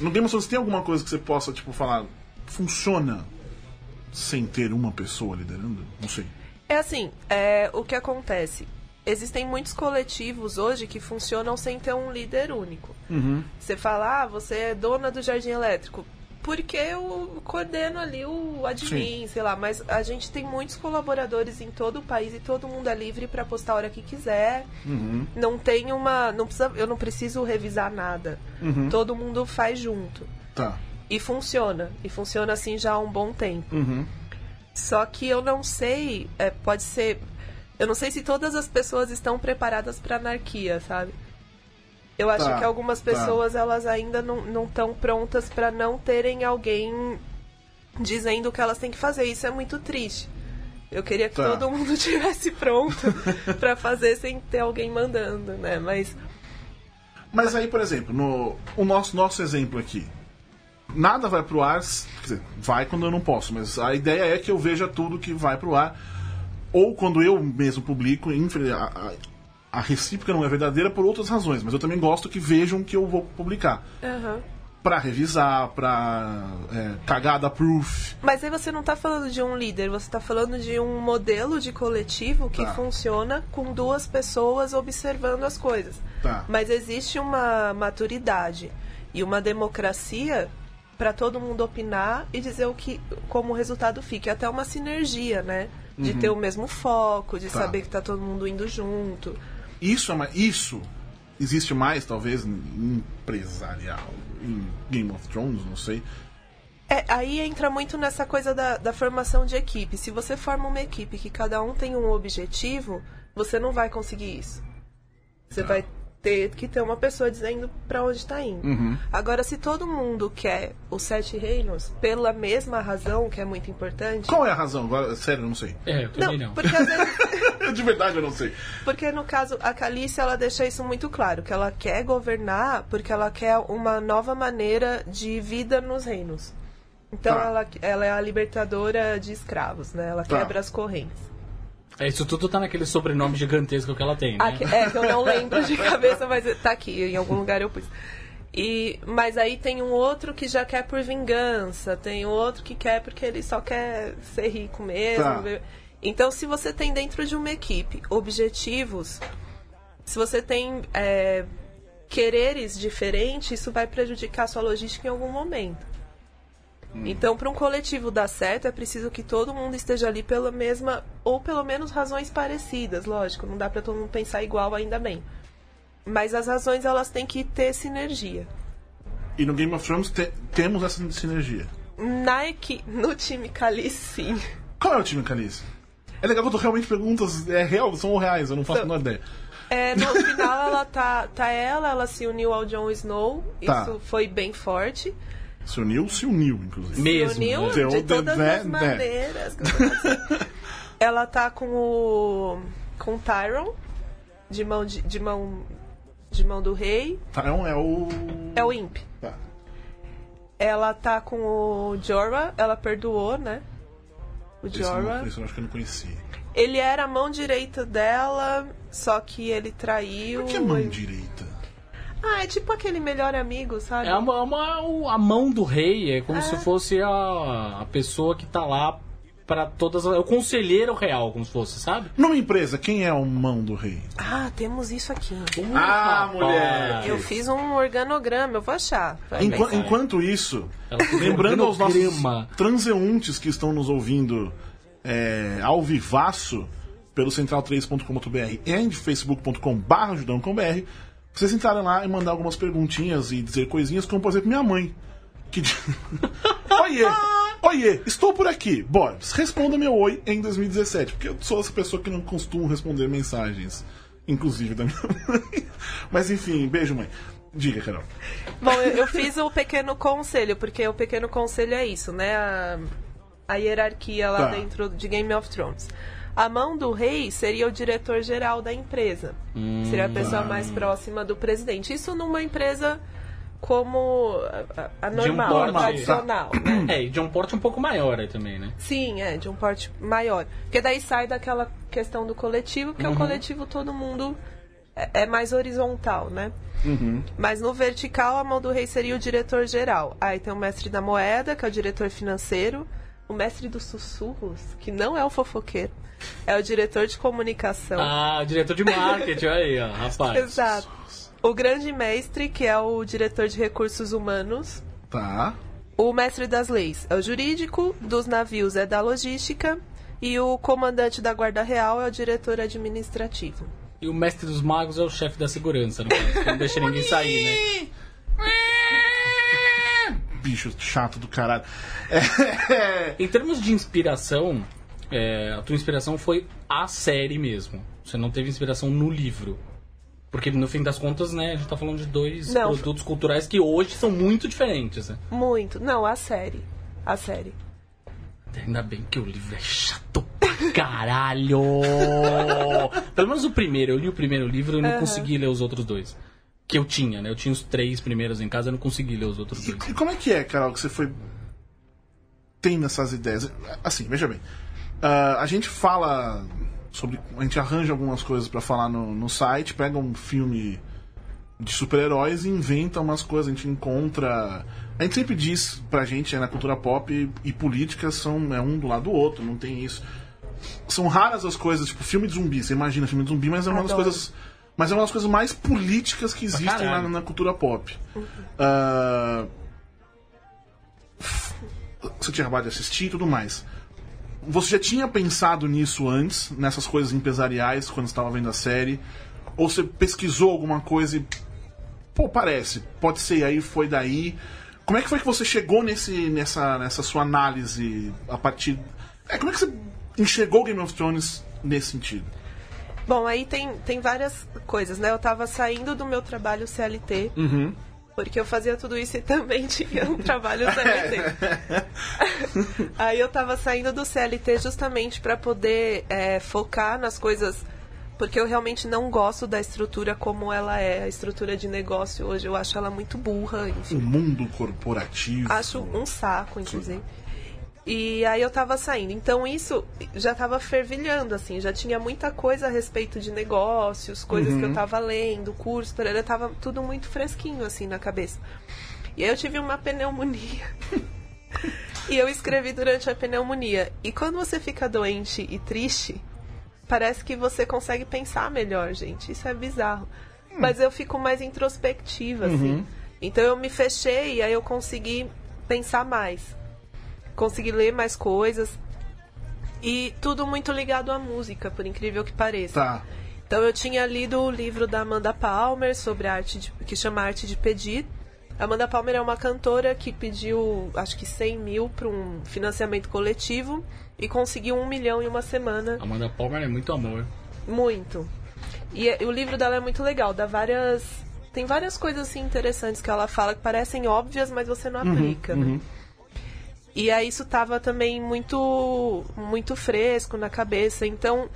Speaker 2: No Game of Thrones tem alguma coisa que você possa, tipo, falar. Funciona sem ter uma pessoa liderando? Não sei.
Speaker 3: É assim, é, o que acontece? Existem muitos coletivos hoje que funcionam sem ter um líder único. Você fala, ah, você é dona do jardim elétrico. Porque eu coordeno ali o admin, sei lá, mas a gente tem muitos colaboradores em todo o país e todo mundo é livre para postar a hora que quiser. Não tem uma. Não precisa, eu não preciso revisar nada. Todo mundo faz junto.
Speaker 2: Tá.
Speaker 3: E funciona. E funciona assim já há um bom tempo. Só que eu não sei, é, pode ser. Eu não sei se todas as pessoas estão preparadas para anarquia, sabe? Eu acho
Speaker 2: Tá,
Speaker 3: que algumas
Speaker 2: tá.
Speaker 3: pessoas elas ainda não estão prontas para não terem alguém dizendo o que elas têm que fazer. Isso é muito triste. Eu queria que
Speaker 2: Tá.
Speaker 3: todo mundo tivesse pronto para fazer sem ter alguém mandando, né? Mas
Speaker 2: Mas aí, por exemplo, no o nosso, nosso exemplo aqui. Nada vai pro ar, s- quer dizer, vai quando eu não posso, mas a ideia é que eu veja tudo que vai pro ar. Ou quando eu mesmo publico, infra- a, a, a recíproca não é verdadeira por outras razões, mas eu também gosto que vejam que eu vou publicar.
Speaker 3: aham.
Speaker 2: Pra revisar, pra é, cagada proof.
Speaker 3: Mas aí você não tá falando de um líder, você tá falando de um modelo de coletivo que
Speaker 2: Tá.
Speaker 3: funciona com duas pessoas observando as coisas.
Speaker 2: Tá.
Speaker 3: Mas existe uma maturidade e uma democracia para todo mundo opinar e dizer o que como o resultado fica, até uma sinergia, né? De ter o mesmo foco, de
Speaker 2: Uhum. Tá.
Speaker 3: saber que tá todo mundo indo junto.
Speaker 2: Isso é uma, isso existe mais, talvez, em empresarial, em Game of Thrones, não sei.
Speaker 3: É, aí entra muito nessa coisa da, da formação de equipe. Se você forma uma equipe que cada um tem um objetivo, você não vai conseguir isso. Você vai ter que ter uma pessoa dizendo pra onde está indo. Agora, se todo mundo quer os sete reinos pela mesma razão, que é muito importante.
Speaker 2: Qual é a razão? Agora, sério, eu não sei.
Speaker 1: É, eu também não.
Speaker 3: Não, porque às vezes.
Speaker 2: De verdade, eu não sei.
Speaker 3: Porque no caso, a Calice, ela deixa isso muito claro, que ela quer governar porque ela quer uma nova maneira de vida nos reinos. Então
Speaker 2: Tá.
Speaker 3: ela, ela é a libertadora de escravos, né? Ela
Speaker 2: Tá.
Speaker 3: quebra as correntes.
Speaker 1: É, isso tudo tá naquele sobrenome gigantesco que ela tem, né?
Speaker 3: Ah, que- é, que eu não lembro de cabeça, mas tá aqui, em algum lugar eu pus. E, mas aí tem um outro que já quer por vingança, tem outro que quer porque ele só quer ser rico mesmo.
Speaker 2: Tá.
Speaker 3: Então, se você tem dentro de uma equipe objetivos, se você tem é, quereres diferentes, isso vai prejudicar a sua logística em algum momento. Então, para um coletivo dar certo, é preciso que todo mundo esteja ali pela mesma, ou pelo menos razões parecidas, lógico. Não dá para todo mundo pensar igual, ainda bem. Mas as razões, elas têm que ter sinergia.
Speaker 2: E no Game of Thrones te- temos essa sinergia.
Speaker 3: Na equi... No time Cali, sim.
Speaker 2: Qual é o time Calice? É legal quando realmente perguntas é real, são reais, eu não faço a menor ideia.
Speaker 3: É, no final, ela tá, tá ela, ela se uniu ao Jon Snow.
Speaker 2: Tá.
Speaker 3: Isso foi bem forte.
Speaker 2: Se uniu, se uniu, inclusive.
Speaker 1: Mesmo.
Speaker 3: Se uniu
Speaker 1: né?
Speaker 2: Teu
Speaker 3: de todas
Speaker 2: dedé,
Speaker 3: as
Speaker 2: né?
Speaker 3: maneiras. como eu posso dizer. Ela tá com o. com o Tyron, de mão de, de mão. de mão do rei.
Speaker 2: Tyrion é o.
Speaker 3: É o Imp.
Speaker 2: Tá.
Speaker 3: Ela tá com o Jorah, ela perdoou, né? O
Speaker 2: Esse eu,
Speaker 3: Jorah.
Speaker 2: não, esse eu acho que eu não conhecia.
Speaker 3: Ele era a mão direita dela, só que ele traiu.
Speaker 2: Por que mão direita?
Speaker 3: Ah, é tipo aquele melhor amigo, sabe?
Speaker 1: É uma, uma- o- a mão do rei, é como se fosse a, a pessoa que tá lá pra todas. as- é O conselheiro real, como se fosse, sabe?
Speaker 2: Numa empresa, quem é o mão do rei?
Speaker 3: Ah, temos isso aqui.
Speaker 2: Ah,
Speaker 1: Rapaz.
Speaker 2: mulher.
Speaker 3: Eu fiz um organograma, eu vou achar. Vai ver.
Speaker 2: Enqua- enquanto isso,
Speaker 1: Ela fez
Speaker 2: lembrando
Speaker 1: um
Speaker 2: aos nossos
Speaker 1: organograma.
Speaker 2: transeuntes que estão nos ouvindo é, ao vivaço pelo central3.com.br e facebook.com.br, judão.com.br, vocês entrarem lá e mandar algumas perguntinhas e dizer coisinhas, como por exemplo minha mãe. Que di- oiê, oiê, estou por aqui. Bora, responda meu oi em 2017, porque eu sou essa pessoa que não costumo responder mensagens, inclusive da minha mãe. Mas enfim, beijo, mãe. Diga, Carol.
Speaker 3: Bom, eu, eu fiz o pequeno conselho, porque o pequeno conselho é isso, né? A, a hierarquia lá
Speaker 2: Tá.
Speaker 3: dentro de Game of Thrones. A mão do rei seria o diretor-geral da empresa. seria a pessoa mais próxima do presidente. Isso numa empresa como a- a, a
Speaker 1: um
Speaker 3: normal, a
Speaker 1: porte-
Speaker 3: tradicional, né?
Speaker 1: É, e de um porte um pouco maior aí também, né?
Speaker 3: Sim, é, de um porte maior. Porque daí sai daquela questão do coletivo, porque o coletivo todo mundo é, é mais horizontal, né? Mas no vertical, a mão do rei seria o diretor geral. Aí tem o mestre da moeda, que é o diretor financeiro. O mestre dos sussurros, que não é o fofoqueiro, é o diretor de comunicação.
Speaker 1: Ah, o diretor de marketing, olha aí, ó, rapaz.
Speaker 3: Exato. O grande mestre, que é o diretor de recursos humanos.
Speaker 2: Tá.
Speaker 3: O mestre das leis é o jurídico, dos navios é da logística e o comandante da Guarda Real é o diretor administrativo.
Speaker 1: E o mestre dos magos é o chefe da segurança, no caso, que não deixa ninguém sair, né?
Speaker 2: bicho chato do caralho. É,
Speaker 1: Em termos de inspiração, é, a tua inspiração foi a série mesmo. Você não teve inspiração no livro. Porque no fim das contas, né, a gente tá falando de dois
Speaker 3: Não.
Speaker 1: produtos culturais que hoje são muito diferentes, né?
Speaker 3: Muito. Não, a série. A série.
Speaker 1: Ainda bem que o livro é chato pra caralho! Pelo menos o primeiro, eu li o primeiro livro e não consegui ler os outros dois. Que eu tinha, né? Eu tinha os três primeiros em casa e não consegui ler os outros dois.
Speaker 2: E como é que é, Carol, que você foi tendo essas ideias? Assim, veja bem. Ah, a gente fala sobre. A gente arranja algumas coisas pra falar no, no site, pega um filme de super-heróis e inventa umas coisas, a gente encontra. A gente sempre diz pra gente, é, na cultura pop e, e política são é um do lado do outro, não tem isso. São raras as coisas, tipo, filme de zumbi, você imagina filme de zumbi, mas é uma das
Speaker 3: Adoro.
Speaker 2: coisas. Mas é uma das coisas mais políticas que existem na,
Speaker 1: caralho.
Speaker 2: na cultura pop. Ah, você tinha acabado de assistir e tudo mais. Você já tinha pensado nisso antes, nessas coisas empresariais, quando estava vendo a série? Ou você pesquisou alguma coisa e. Pô, parece, pode ser, e aí foi daí. Como é que foi que você chegou nesse, nessa, nessa sua análise a partir. É, como é que você enxergou Game of Thrones nesse sentido?
Speaker 3: Bom, aí tem, tem várias coisas, né? Eu tava saindo do meu trabalho CLT. Porque eu fazia tudo isso e também tinha um trabalho CLT. aí eu tava saindo do CLT justamente para poder é, focar nas coisas. Porque eu realmente não gosto da estrutura como ela é, a estrutura de negócio hoje. Eu acho ela muito burra, enfim.
Speaker 2: O mundo corporativo.
Speaker 3: Acho um saco, inclusive. E aí eu tava saindo. Então isso já tava fervilhando, assim. Já tinha muita coisa a respeito de negócios, coisas que eu tava lendo, curso, tarará, tava tudo muito fresquinho, assim, na cabeça. E aí eu tive uma pneumonia. e eu escrevi durante a pneumonia. E quando você fica doente e triste, parece que você consegue pensar melhor, gente. Isso é bizarro. Mas eu fico mais introspectiva, assim. Então eu me fechei e aí eu consegui pensar mais. Consegui ler mais coisas. E tudo muito ligado à música, por incrível que pareça.
Speaker 2: Tá.
Speaker 3: Então eu tinha lido o livro da Amanda Palmer sobre a arte de- que chama Arte de Pedir. A Amanda Palmer é uma cantora que pediu acho que 100 mil para um financiamento coletivo e conseguiu um milhão em uma semana.
Speaker 1: Amanda Palmer é muito amor.
Speaker 3: Muito. E é- o livro dela é muito legal, dá várias. Tem várias coisas assim interessantes que ela fala que parecem óbvias, mas você não aplica, né? E aí isso tava também muito muito fresco na cabeça. Então,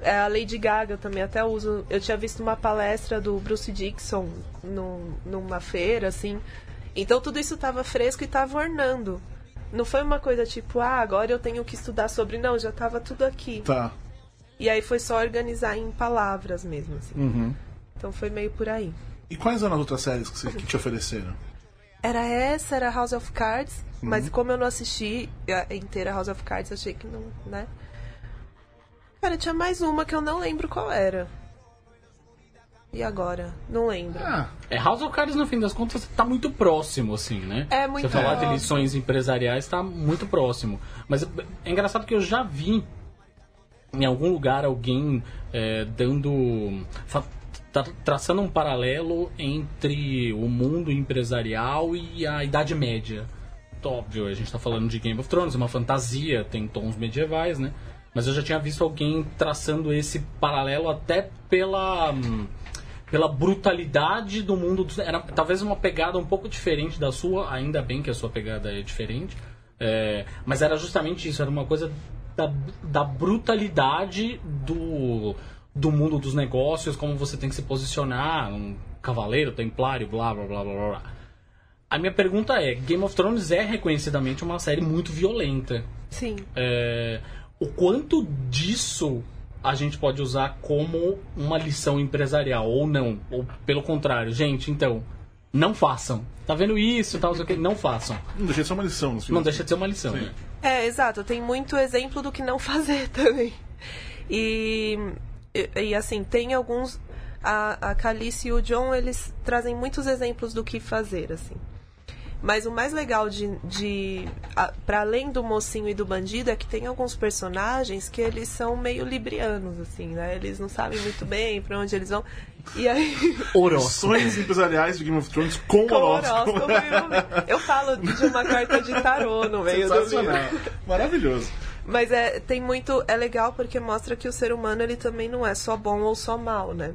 Speaker 3: é, a Lady Gaga eu também até uso. Eu tinha visto uma palestra do Bruce Dixon num, numa feira, assim. Então tudo isso tava fresco e tava ornando. Não foi uma coisa tipo, ah, agora eu tenho que estudar sobre. Não, já tava tudo aqui.
Speaker 2: Tá.
Speaker 3: E aí foi só organizar em palavras mesmo, assim. Então foi meio por aí.
Speaker 2: E quais eram as outras séries que, você- que te ofereceram?
Speaker 3: Era essa, era House of Cards, mas como eu não assisti a inteira House of Cards, achei que não, né? Cara, tinha mais uma que eu não lembro qual era. E agora? Não lembro.
Speaker 2: Ah,
Speaker 1: É, House of Cards, no fim das contas, tá muito próximo, assim, né?
Speaker 3: É muito
Speaker 1: Você falar de
Speaker 3: próximo.
Speaker 1: lições empresariais, tá muito próximo. Mas é é engraçado que eu já vi em algum lugar alguém é, dando. fa- tá traçando um paralelo entre o mundo empresarial e a Idade Média. Óbvio, a gente tá falando de Game of Thrones, é uma fantasia, tem tons medievais, né? Mas eu já tinha visto alguém traçando esse paralelo até pela. hum, pela brutalidade do mundo. Dos... Era talvez uma pegada um pouco diferente da sua, ainda bem que a sua pegada é diferente. é, mas era justamente isso, era uma coisa da, da brutalidade do, do mundo dos negócios, como você tem que se posicionar, um cavaleiro, templário, blá blá blá blá blá. blá. A minha pergunta é: Game of Thrones é reconhecidamente uma série muito violenta.
Speaker 3: Sim.
Speaker 1: É, o quanto disso a gente pode usar como uma lição empresarial ou não, ou pelo contrário, gente, então não façam. Tá vendo isso, e tal, não sei o que, não façam.
Speaker 2: não deixei só uma lição. no fim.
Speaker 1: Não deixa de ser uma lição. né?
Speaker 3: É, exato. Tem muito exemplo do que não fazer também. E, e, e, assim, tem alguns. A, a Calice e o John, eles trazem muitos exemplos do que fazer, assim. Mas o mais legal de. de a- pra além do mocinho e do bandido, é que tem alguns personagens que eles são meio librianos, assim, né? Eles não sabem muito bem pra onde eles vão. E aí.
Speaker 1: Horóscopo.
Speaker 2: Lições empresariais de Game of Thrones com,
Speaker 3: com o horóscopo,
Speaker 2: horóscopo.
Speaker 3: eu falo de uma carta de tarô no meio do livro.
Speaker 2: Sensacional. Maravilhoso.
Speaker 3: Mas é, tem muito. É legal porque mostra que o ser humano ele também não é só bom ou só mal, né?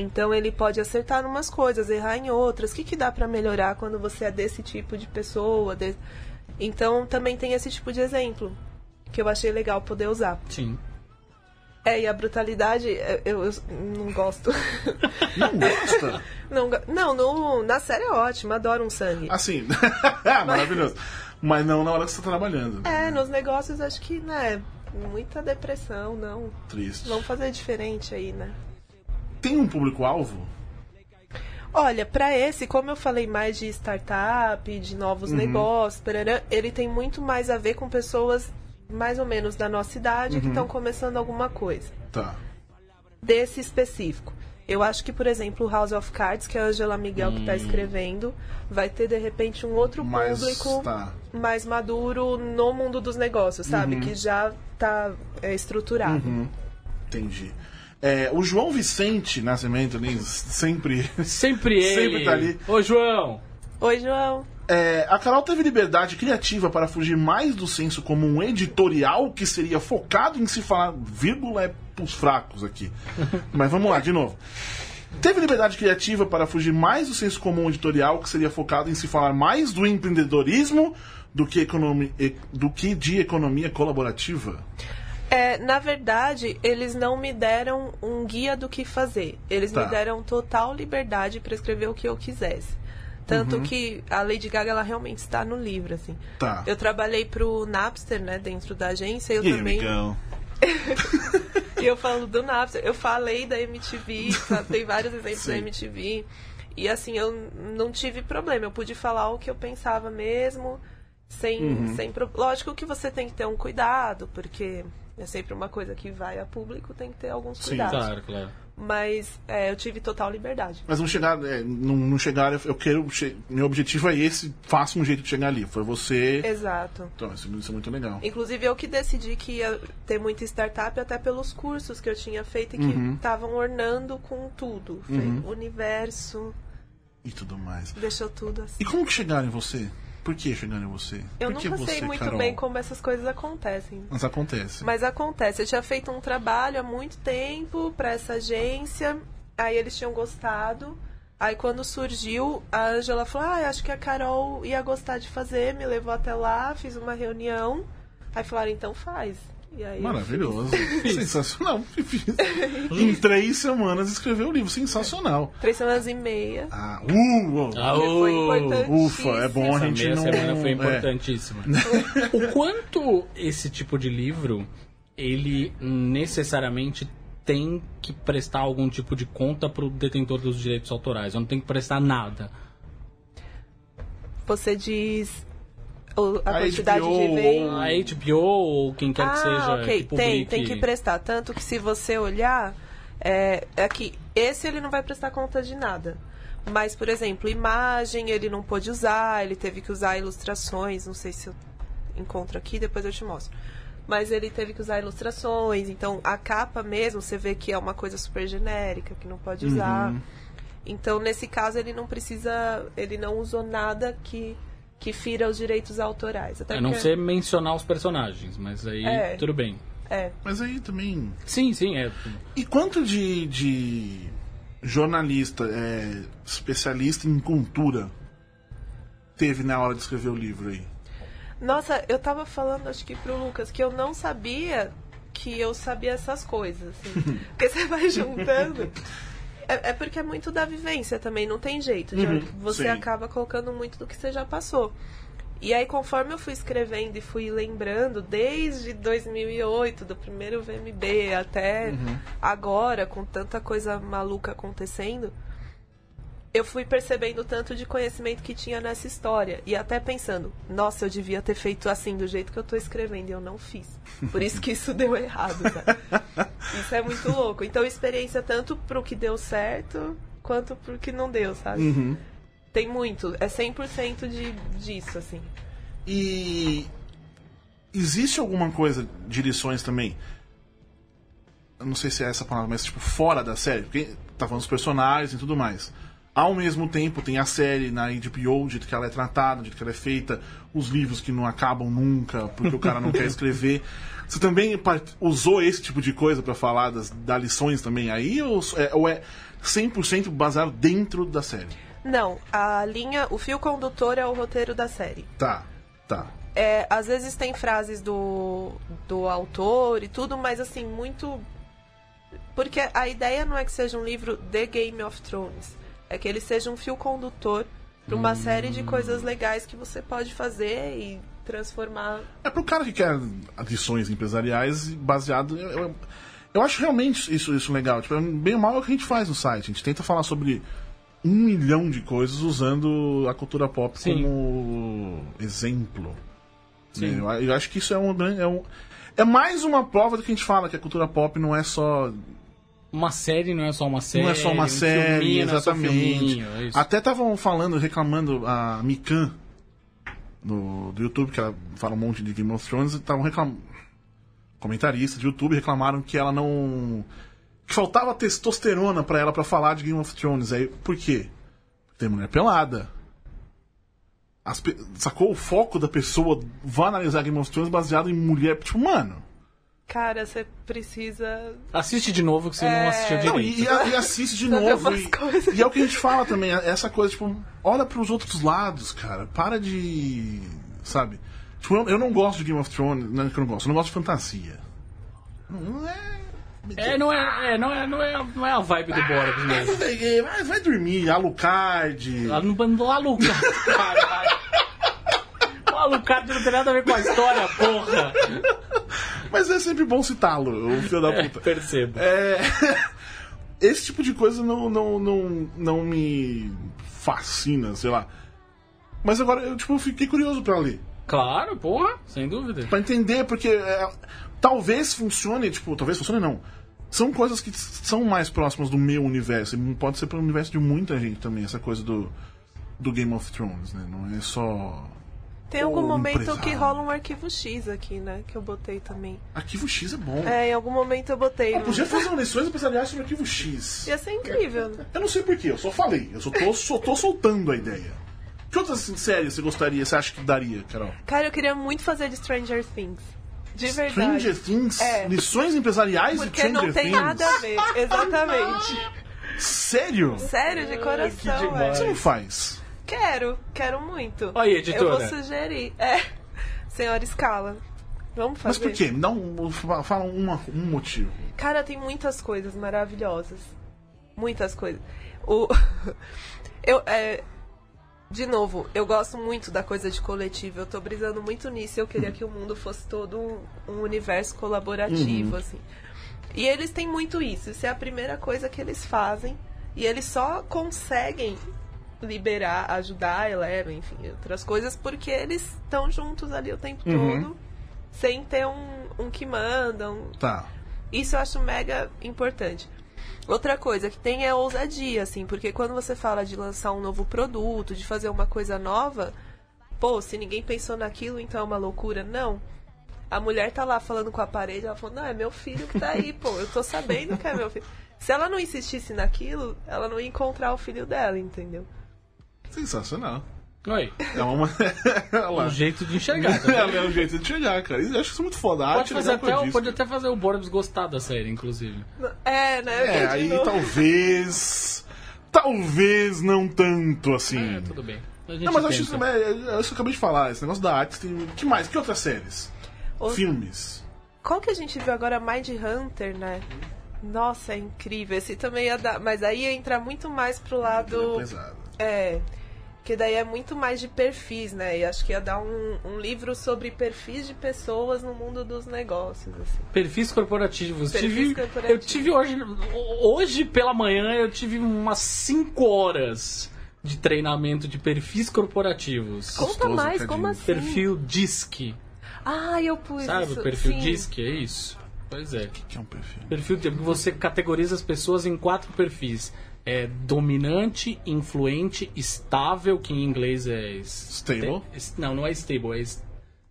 Speaker 3: Então ele pode acertar em umas coisas, errar em outras. O que, que dá pra melhorar quando você é desse tipo de pessoa? de- Então também tem esse tipo de exemplo que eu achei legal poder usar.
Speaker 1: Sim.
Speaker 3: É, e a brutalidade, é, eu, eu não gosto.
Speaker 2: Não gosta?
Speaker 3: não, go- não no- na série é ótimo, adoro um sangue.
Speaker 2: Assim, maravilhoso. Mas não na hora que você tá trabalhando.
Speaker 3: É, nos negócios acho que, né, muita depressão, não.
Speaker 2: Triste.
Speaker 3: Vamos fazer diferente aí, né?
Speaker 2: Tem um público-alvo?
Speaker 3: Olha, pra esse, como eu falei mais de startup, de novos negócios, parará, ele tem muito mais a ver com pessoas mais ou menos da nossa idade que estão começando alguma coisa.
Speaker 2: Tá.
Speaker 3: Desse específico. Eu acho que, por exemplo, o House of Cards, que é a Angela Miguel que tá escrevendo, vai ter de repente um outro
Speaker 2: Mas
Speaker 3: público
Speaker 2: tá.
Speaker 3: mais maduro no mundo dos negócios, sabe? Que já tá é, estruturado.
Speaker 2: Entendi. É, o João Vicente Nascimento Lins sempre.
Speaker 1: Sempre ele.
Speaker 2: Sempre tá ali.
Speaker 1: Ô, João.
Speaker 3: Oi, João.
Speaker 2: É, a Carol teve liberdade criativa para fugir mais do senso como um editorial que seria focado em se falar, vírgula é pros fracos aqui. Mas vamos lá, de novo. Teve liberdade criativa para fugir mais do senso comum editorial, que seria focado em se falar mais do empreendedorismo do que, economi- e- do que de economia colaborativa.
Speaker 3: É, na verdade, eles não me deram um guia do que fazer. Eles
Speaker 2: Tá.
Speaker 3: me deram total liberdade para escrever o que eu quisesse. Tanto que a Lady Gaga ela realmente está no livro, assim.
Speaker 2: Uhum. Tá.
Speaker 3: Eu trabalhei pro Napster, né, dentro da agência, eu
Speaker 2: E aí,
Speaker 3: também.
Speaker 2: amigão?
Speaker 3: E eu falo do Napster, eu falei da MTV, sabe? tem vários exemplos
Speaker 2: Sim.
Speaker 3: da MTV. E assim, eu n- não tive problema, eu pude falar o que eu pensava mesmo, sem, sem pro... Lógico que você tem que ter um cuidado, porque é sempre uma coisa que vai a público, tem que ter alguns
Speaker 2: Sim.
Speaker 3: cuidados.
Speaker 1: Claro, claro.
Speaker 3: Mas é, eu tive total liberdade.
Speaker 2: Mas não chegar, é, não, não chegar, eu- eu quero. che- Meu objetivo é esse, faça um jeito de chegar ali. Foi você.
Speaker 3: É. Exato.
Speaker 2: Então, isso, isso é muito legal.
Speaker 3: Inclusive, eu que decidi que ia ter muita startup até pelos cursos que eu tinha feito e que estavam ornando com tudo. Foi universo,
Speaker 2: E tudo mais.
Speaker 3: deixou tudo assim.
Speaker 2: E como que chegaram em você? Por que chegaram em você?
Speaker 3: Eu
Speaker 2: Por que
Speaker 3: nunca sei
Speaker 2: você,
Speaker 3: muito
Speaker 2: Carol?
Speaker 3: bem como essas coisas acontecem.
Speaker 2: Mas acontece.
Speaker 3: Mas acontece. Eu tinha feito um trabalho há muito tempo pra essa agência, aí eles tinham gostado. Aí quando surgiu, a Angela falou: Ah, eu acho que a Carol ia gostar de fazer, me levou até lá, fiz uma reunião. Aí falaram: Então faz. E aí,
Speaker 2: Maravilhoso. Sensacional. em três semanas escreveu o livro. Sensacional.
Speaker 3: três semanas e meia.
Speaker 2: Ah, uh, uou.
Speaker 1: Aô.
Speaker 3: Foi importante.
Speaker 2: Ufa, é bom a
Speaker 1: Essa
Speaker 2: gente
Speaker 1: meia
Speaker 2: não.
Speaker 1: semana foi
Speaker 2: é.
Speaker 1: importantíssima. o quanto esse tipo de livro ele necessariamente tem que prestar algum tipo de conta pro detentor dos direitos autorais. Eu não tenho que prestar nada.
Speaker 3: Você diz o- a,
Speaker 2: A
Speaker 3: quantidade
Speaker 2: HBO
Speaker 3: de vem.
Speaker 1: A HBO ou quem quer
Speaker 3: ah,
Speaker 1: que seja
Speaker 3: ok.
Speaker 1: que
Speaker 3: tem,
Speaker 1: publique...
Speaker 3: tem que prestar. Tanto que se você olhar, é, é que esse ele não vai prestar conta de nada. Mas, por exemplo, imagem ele não pôde usar, ele teve que usar ilustrações, não sei se eu encontro aqui, depois eu te mostro. Mas ele teve que usar ilustrações, então a capa mesmo, você vê que é uma coisa super genérica, que não pode usar.
Speaker 1: Uhum.
Speaker 3: Então, nesse caso, ele não precisa, ele não usou nada que, que fira os direitos autorais. Até
Speaker 1: A não
Speaker 3: porque-
Speaker 1: ser mencionar os personagens, mas aí
Speaker 3: É.
Speaker 1: tudo bem.
Speaker 3: É,
Speaker 2: Mas aí também.
Speaker 1: Sim, sim, é.
Speaker 2: E quanto de, de jornalista, é, especialista em cultura, teve na hora de escrever o livro aí?
Speaker 3: Nossa, eu tava falando, acho que pro Lucas, que eu não sabia que eu sabia essas coisas. assim. porque você vai juntando. É, é porque é muito da vivência também, não tem jeito. já- você
Speaker 2: sim.
Speaker 3: acaba colocando muito do que você já passou. E aí, conforme eu fui escrevendo e fui lembrando, desde 2008, do primeiro VMB até agora, com tanta coisa maluca acontecendo, eu fui percebendo o tanto de conhecimento que tinha nessa história. E até pensando, nossa, eu devia ter feito assim, do jeito que eu tô escrevendo, e eu não fiz. Por isso que isso deu errado, sabe? Isso é muito louco. Então, experiência tanto pro que deu certo, quanto pro que não deu, sabe? Tem muito. É 100% de, disso, assim.
Speaker 2: E existe alguma coisa de lições também? Eu não sei se é essa palavra, mas tipo, fora da série, porque tá falando dos personagens e tudo mais. Ao mesmo tempo, tem a série na HBO, o jeito que ela é tratada, o jeito que ela é feita, os livros que não acabam nunca, porque o cara não quer escrever. Você também part- usou esse tipo de coisa pra falar das, das lições também aí? Ou é, ou é 100% baseado dentro da série?
Speaker 3: Não, a linha, o fio condutor é o roteiro da série.
Speaker 2: Tá, tá.
Speaker 3: É, às vezes tem frases do, do autor e tudo, mas assim, muito. Porque a ideia não é que seja um livro de Game of Thrones. É que ele seja um fio condutor pra uma série de
Speaker 2: Hum.
Speaker 3: coisas legais que você pode fazer e transformar.
Speaker 2: É pro cara que quer adições empresariais baseado. Eu, eu- eu acho realmente isso, isso legal. Tipo, bem ou mal é o que a gente faz no site. A gente tenta falar sobre um milhão de coisas usando a cultura pop
Speaker 1: Sim.
Speaker 2: como exemplo. Sim. Eu, eu acho que isso é um grande. É, um- é mais uma prova do que a gente fala, que a cultura pop não é só
Speaker 1: Uma série não é só uma série.
Speaker 2: não é só uma
Speaker 1: um
Speaker 2: série,
Speaker 1: filminho não é só
Speaker 2: exatamente.
Speaker 1: filminho, é isso.
Speaker 2: Até estavam falando, reclamando a Mikan no, do YouTube, que ela fala um monte de Game of Thrones, e estavam reclamando. Comentaristas de YouTube reclamaram que ela não. que faltava testosterona pra ela pra falar de Game of Thrones. Aí, por quê? Porque tem mulher pelada. As pe- Sacou o foco da pessoa? Vai analisar Game of Thrones baseado em mulher. Tipo, mano.
Speaker 3: Cara, você precisa.
Speaker 1: Assiste de novo que você
Speaker 3: É.
Speaker 1: não assistiu
Speaker 2: Não,
Speaker 1: direito.
Speaker 2: e, e assiste de
Speaker 3: Sabe
Speaker 2: novo.
Speaker 3: umas
Speaker 2: E,
Speaker 3: coisas.
Speaker 2: e é o que a gente fala também, essa coisa, tipo, olha pros outros lados, cara. Para de. Sabe? Tipo, eu, eu não gosto de Game of Thrones, não é que eu não gosto, eu não gosto de fantasia. Não, não é.
Speaker 1: É, não é, é, não é, não é, não é a vibe do Borbs mesmo.
Speaker 2: Vai, vai dormir, Alucard.
Speaker 1: Lá no bando do Alucard, caralho. O Alucard não tem nada a ver com a história, porra.
Speaker 2: Mas é sempre bom citá-lo, o filho da
Speaker 1: É.
Speaker 2: puta.
Speaker 1: Percebo.
Speaker 2: É, Esse tipo de coisa não, não, não, não me fascina, sei lá. Mas agora eu tipo, fiquei curioso pra ler.
Speaker 1: Claro, porra, sem dúvida.
Speaker 2: Pra entender, porque é, talvez funcione, tipo, talvez funcione não. São coisas que s- são mais próximas do meu universo. E pode ser pro universo de muita gente também, essa coisa do, do Game of Thrones, né? Não é só.
Speaker 3: Tem algum
Speaker 2: Ô,
Speaker 3: momento
Speaker 2: um empresário.
Speaker 3: que rola um arquivo X aqui, né? Que eu botei também.
Speaker 2: Arquivo X é bom.
Speaker 3: É, em algum momento eu botei.
Speaker 2: Eu
Speaker 3: no-
Speaker 2: Ah, podia fazer lições empresariais sobre arquivo X.
Speaker 3: Ia ser incrível, né?
Speaker 2: Eu não sei porquê, eu só falei. Eu só tô, só tô soltando a ideia. Que outras assim, séries você gostaria, você acha que daria, Carol?
Speaker 3: Cara, eu queria muito fazer de Stranger Things. De verdade.
Speaker 2: Stranger Things?
Speaker 3: É.
Speaker 2: Lições empresariais de
Speaker 1: um
Speaker 3: Porque
Speaker 2: Stranger
Speaker 3: não tem
Speaker 2: Things?
Speaker 3: nada a ver. Exatamente.
Speaker 2: Sério?
Speaker 3: Sério, de
Speaker 1: que
Speaker 3: coração,
Speaker 1: demais.
Speaker 2: Você
Speaker 3: velho.
Speaker 2: não faz.
Speaker 3: Quero, quero muito.
Speaker 1: Olha aí, editora.
Speaker 3: Eu vou sugerir. É. Senhora Escala. Vamos
Speaker 2: Mas
Speaker 3: fazer.
Speaker 2: por quê? Me dá um. fa- Fala uma- um motivo.
Speaker 3: Cara, tem muitas coisas maravilhosas. Muitas coisas. O... eu, é, De novo, eu gosto muito da coisa de coletivo. Eu tô brisando muito nisso. e Eu queria que o mundo fosse todo um, um universo colaborativo, assim. E eles têm muito isso. Isso é a primeira coisa que eles fazem. E eles só conseguem liberar, ajudar a Eleven, enfim, outras coisas, porque eles estão juntos ali o tempo
Speaker 2: Uhum.
Speaker 3: todo, sem ter um, um que manda, um,
Speaker 2: Tá.
Speaker 3: isso eu acho mega importante. Outra coisa que tem é a ousadia, assim, porque quando você fala de lançar um novo produto, de fazer uma coisa nova, pô, se ninguém pensou naquilo, então é uma loucura. Não. A mulher tá lá falando com a parede, ela falou, não, é meu filho que tá aí, pô, eu tô sabendo que é meu filho. Se ela não insistisse naquilo, ela não ia encontrar o filho dela, entendeu?
Speaker 2: Sensacional.
Speaker 1: Oi,
Speaker 2: É uma. Olha lá.
Speaker 1: um jeito de enxergar. Tá?
Speaker 2: É um jeito de chegar, cara. Eu acho isso é muito foda. A
Speaker 1: Pode,
Speaker 2: arte
Speaker 1: fazer
Speaker 2: legal que eu
Speaker 1: até, o-
Speaker 2: disse,
Speaker 1: pode
Speaker 2: cara.
Speaker 1: até fazer o Borbs gostar da série, inclusive.
Speaker 3: É, né? Eu
Speaker 2: É,
Speaker 3: perdi
Speaker 2: aí
Speaker 3: novo.
Speaker 2: talvez. Talvez não tanto assim.
Speaker 1: É, tudo bem. A gente
Speaker 2: não, mas eu acho isso
Speaker 1: tenta.
Speaker 2: também. é, é isso que eu acabei de falar. Esse negócio da arte tem. Que mais? Que outras séries?
Speaker 3: Outra-
Speaker 2: Filmes.
Speaker 3: Qual que a gente viu agora? Mind Hunter, né? Nossa, é incrível. Esse também ia dar. Mas aí ia entrar muito mais pro lado.
Speaker 2: Pesado.
Speaker 3: É. Que daí é muito mais de perfis, né? E acho que ia dar um, um livro sobre perfis de pessoas no mundo dos negócios, assim.
Speaker 1: Perfis corporativos.
Speaker 3: Perfis
Speaker 1: tive,
Speaker 3: corporativos.
Speaker 1: Eu tive hoje. Hoje pela manhã eu tive umas 5 horas de treinamento de perfis corporativos.
Speaker 2: Gostoso,
Speaker 3: Conta mais,
Speaker 2: tadinho.
Speaker 3: como assim?
Speaker 1: Perfil DISC.
Speaker 3: Ah, eu pus
Speaker 1: Sabe
Speaker 3: isso.
Speaker 1: o perfil
Speaker 3: sim.
Speaker 1: DISC? É isso. Pois é.
Speaker 2: Que é um perfil.
Speaker 1: Perfil de- você categoriza as pessoas em quatro perfis. É dominante, influente, estável, que em inglês é es-
Speaker 2: Stable.
Speaker 1: es- Não, não é stable, é es-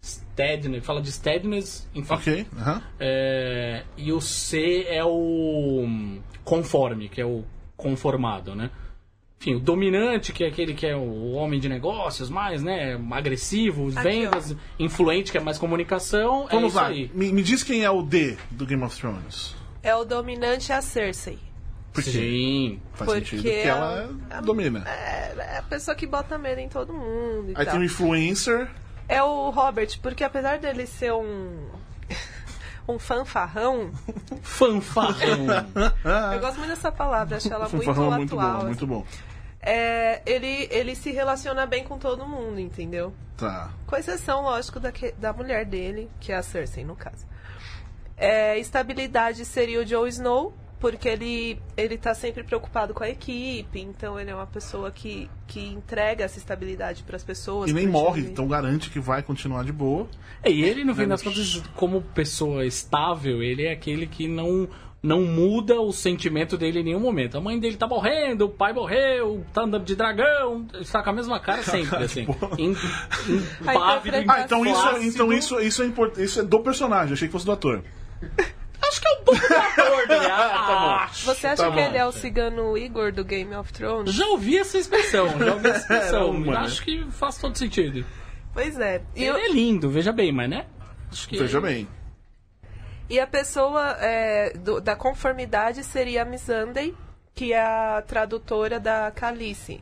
Speaker 1: steadiness. Fala de steadiness, enfim.
Speaker 2: Ok. aham.
Speaker 1: É, e o C é o conforme, que é o conformado, né? Enfim, o dominante, que é aquele que é o homem de negócios mais, né? Agressivo,
Speaker 3: Aqui,
Speaker 1: vendas, influente, que é mais comunicação. é
Speaker 2: Vamos
Speaker 1: isso
Speaker 2: lá.
Speaker 1: aí.
Speaker 2: Me, me diz quem é o D do Game of Thrones.
Speaker 3: É o dominante a Cersei.
Speaker 2: Por quê?
Speaker 1: Sim.
Speaker 2: Faz
Speaker 3: Porque
Speaker 2: sentido que ela
Speaker 3: ela-
Speaker 2: domina.
Speaker 3: É, é a pessoa que bota medo em todo mundo. E
Speaker 2: Aí
Speaker 3: tal.
Speaker 1: então.
Speaker 2: tem um o influencer.
Speaker 3: É o Robert, porque apesar dele ser um. um fanfarrão.
Speaker 1: Fanfarrão.
Speaker 3: Eu gosto muito dessa palavra, acho ela
Speaker 2: Foi Ah. um
Speaker 3: muito
Speaker 2: programa
Speaker 3: atual.
Speaker 2: muito bom,
Speaker 3: assim.
Speaker 2: muito bom.
Speaker 3: É, ele, ele se relaciona bem com todo mundo, entendeu?
Speaker 2: Tá.
Speaker 3: Com exceção, lógico, da, que- da mulher dele, que é a Cersei, no caso. É, estabilidade seria o Joe Snow, porque ele, ele tá sempre preocupado com a equipe, então ele é uma pessoa que, que entrega essa estabilidade pras pessoas.
Speaker 2: E nem
Speaker 3: pro
Speaker 2: morre,
Speaker 3: time.
Speaker 2: então garante que vai continuar de boa.
Speaker 1: É, e ele, no
Speaker 2: Né,
Speaker 1: fim das contas, como pessoa estável, ele é aquele que não, não muda o sentimento dele em nenhum momento. A mãe dele tá morrendo, o pai morreu, tá andando de dragão, está com a mesma cara
Speaker 2: Tá
Speaker 1: sempre, assim. Im-
Speaker 3: tá
Speaker 1: Impávido,
Speaker 3: interpretação.
Speaker 2: Ah, então isso,
Speaker 1: flácido.
Speaker 2: então isso, isso é importante. Isso é do personagem, achei que fosse do ator.
Speaker 1: Acho que é um bom ator, né? Ah,
Speaker 3: Você acha
Speaker 2: Tá
Speaker 3: que
Speaker 2: bom.
Speaker 3: ele é o cigano Igor do Game of Thrones?
Speaker 1: Já ouvi essa expressão, já ouvi essa expressão.
Speaker 2: Era uma, né?
Speaker 1: Acho que faz todo sentido.
Speaker 3: Pois é. E eu-
Speaker 1: Ele é lindo, veja bem, mas né? Acho que
Speaker 2: Veja bem.
Speaker 3: E a pessoa é, do- da conformidade seria a Miss Sunday, que é a tradutora da Calice.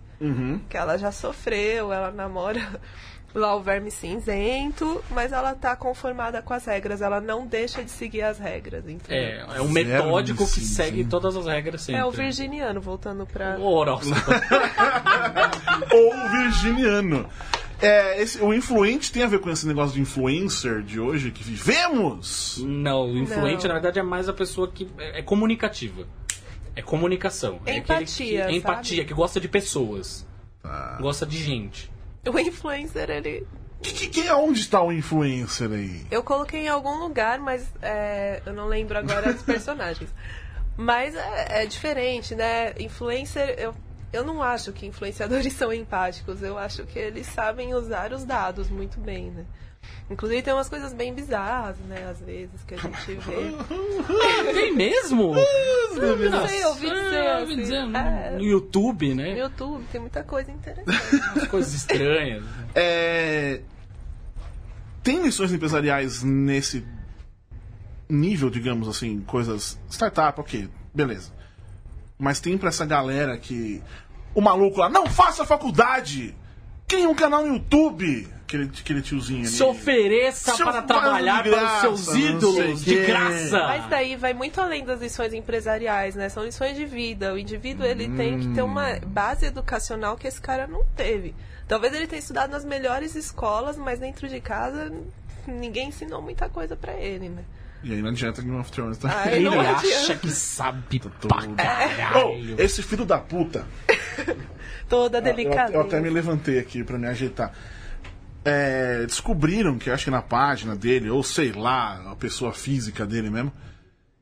Speaker 3: Que ela já sofreu, ela namora lá o verme cinzento, mas ela tá conformada com as regras, ela não deixa de seguir as regras, entendeu?
Speaker 1: É, é um metódico que
Speaker 2: Sim, sim.
Speaker 1: segue todas as regras sempre.
Speaker 3: É o virginiano, voltando pra...
Speaker 1: O horóscopo.
Speaker 2: Ou virginiano. É, esse- o influente tem a ver com esse negócio de influencer de hoje que vivemos?
Speaker 1: Não, o influente na
Speaker 3: Não.
Speaker 1: verdade é mais a pessoa que é é comunicativa. É comunicação. É aquele que,
Speaker 3: Empatia,
Speaker 1: é
Speaker 3: sabe?
Speaker 1: empatia, que gosta de pessoas.
Speaker 2: Tá.
Speaker 1: Gosta de gente.
Speaker 3: O influencer, ele...
Speaker 2: Que, que, que- onde está o influencer aí?
Speaker 3: Eu coloquei em algum lugar, mas é, eu não lembro agora dos personagens. Mas é, é diferente, né? Influencer, eu, eu não acho que influenciadores são empáticos. Eu acho que eles sabem usar os dados muito bem, né? Inclusive tem umas coisas bem bizarras, né? Às vezes que a gente vê.
Speaker 1: Tem É, mesmo?
Speaker 3: Não, não sei, eu ouvi
Speaker 1: Ah,
Speaker 3: dizer.
Speaker 1: ouvi
Speaker 3: Assim,
Speaker 1: dizer, no-
Speaker 3: é,
Speaker 1: no YouTube,
Speaker 3: no
Speaker 1: né?
Speaker 3: YouTube tem muita coisa interessante.
Speaker 1: Umas coisas estranhas.
Speaker 2: É, tem lições empresariais nesse nível, digamos assim, coisas. Startup, ok, beleza. Mas tem pra essa galera que. O maluco lá, não faça faculdade! Cria um canal no YouTube! Aquele, aquele tiozinho ali.
Speaker 1: Se ofereça
Speaker 2: Se
Speaker 1: para
Speaker 2: ofereça
Speaker 1: trabalhar
Speaker 2: de
Speaker 1: para os
Speaker 2: graça,
Speaker 1: seus
Speaker 2: não sei
Speaker 1: ídolos
Speaker 2: quê.
Speaker 1: de graça.
Speaker 3: Mas daí vai muito além das lições empresariais, né? São lições de vida. O indivíduo ele tem que ter
Speaker 2: Hum.
Speaker 3: uma base educacional que esse cara não teve. Talvez ele tenha estudado nas melhores escolas, mas dentro de casa ninguém ensinou muita coisa pra ele, né?
Speaker 2: E aí não adianta Game of Thrones, tá?
Speaker 3: Ai,
Speaker 1: Ele
Speaker 3: não
Speaker 1: acha
Speaker 3: adianta.
Speaker 1: que sabe pra
Speaker 2: Oh,
Speaker 1: caralho.
Speaker 2: esse filho da puta.
Speaker 3: Toda
Speaker 2: Eu- Eu,
Speaker 3: delicada.
Speaker 2: até me levantei aqui pra me ajeitar. É, descobriram que acho que na página dele, ou sei lá, a pessoa física dele mesmo,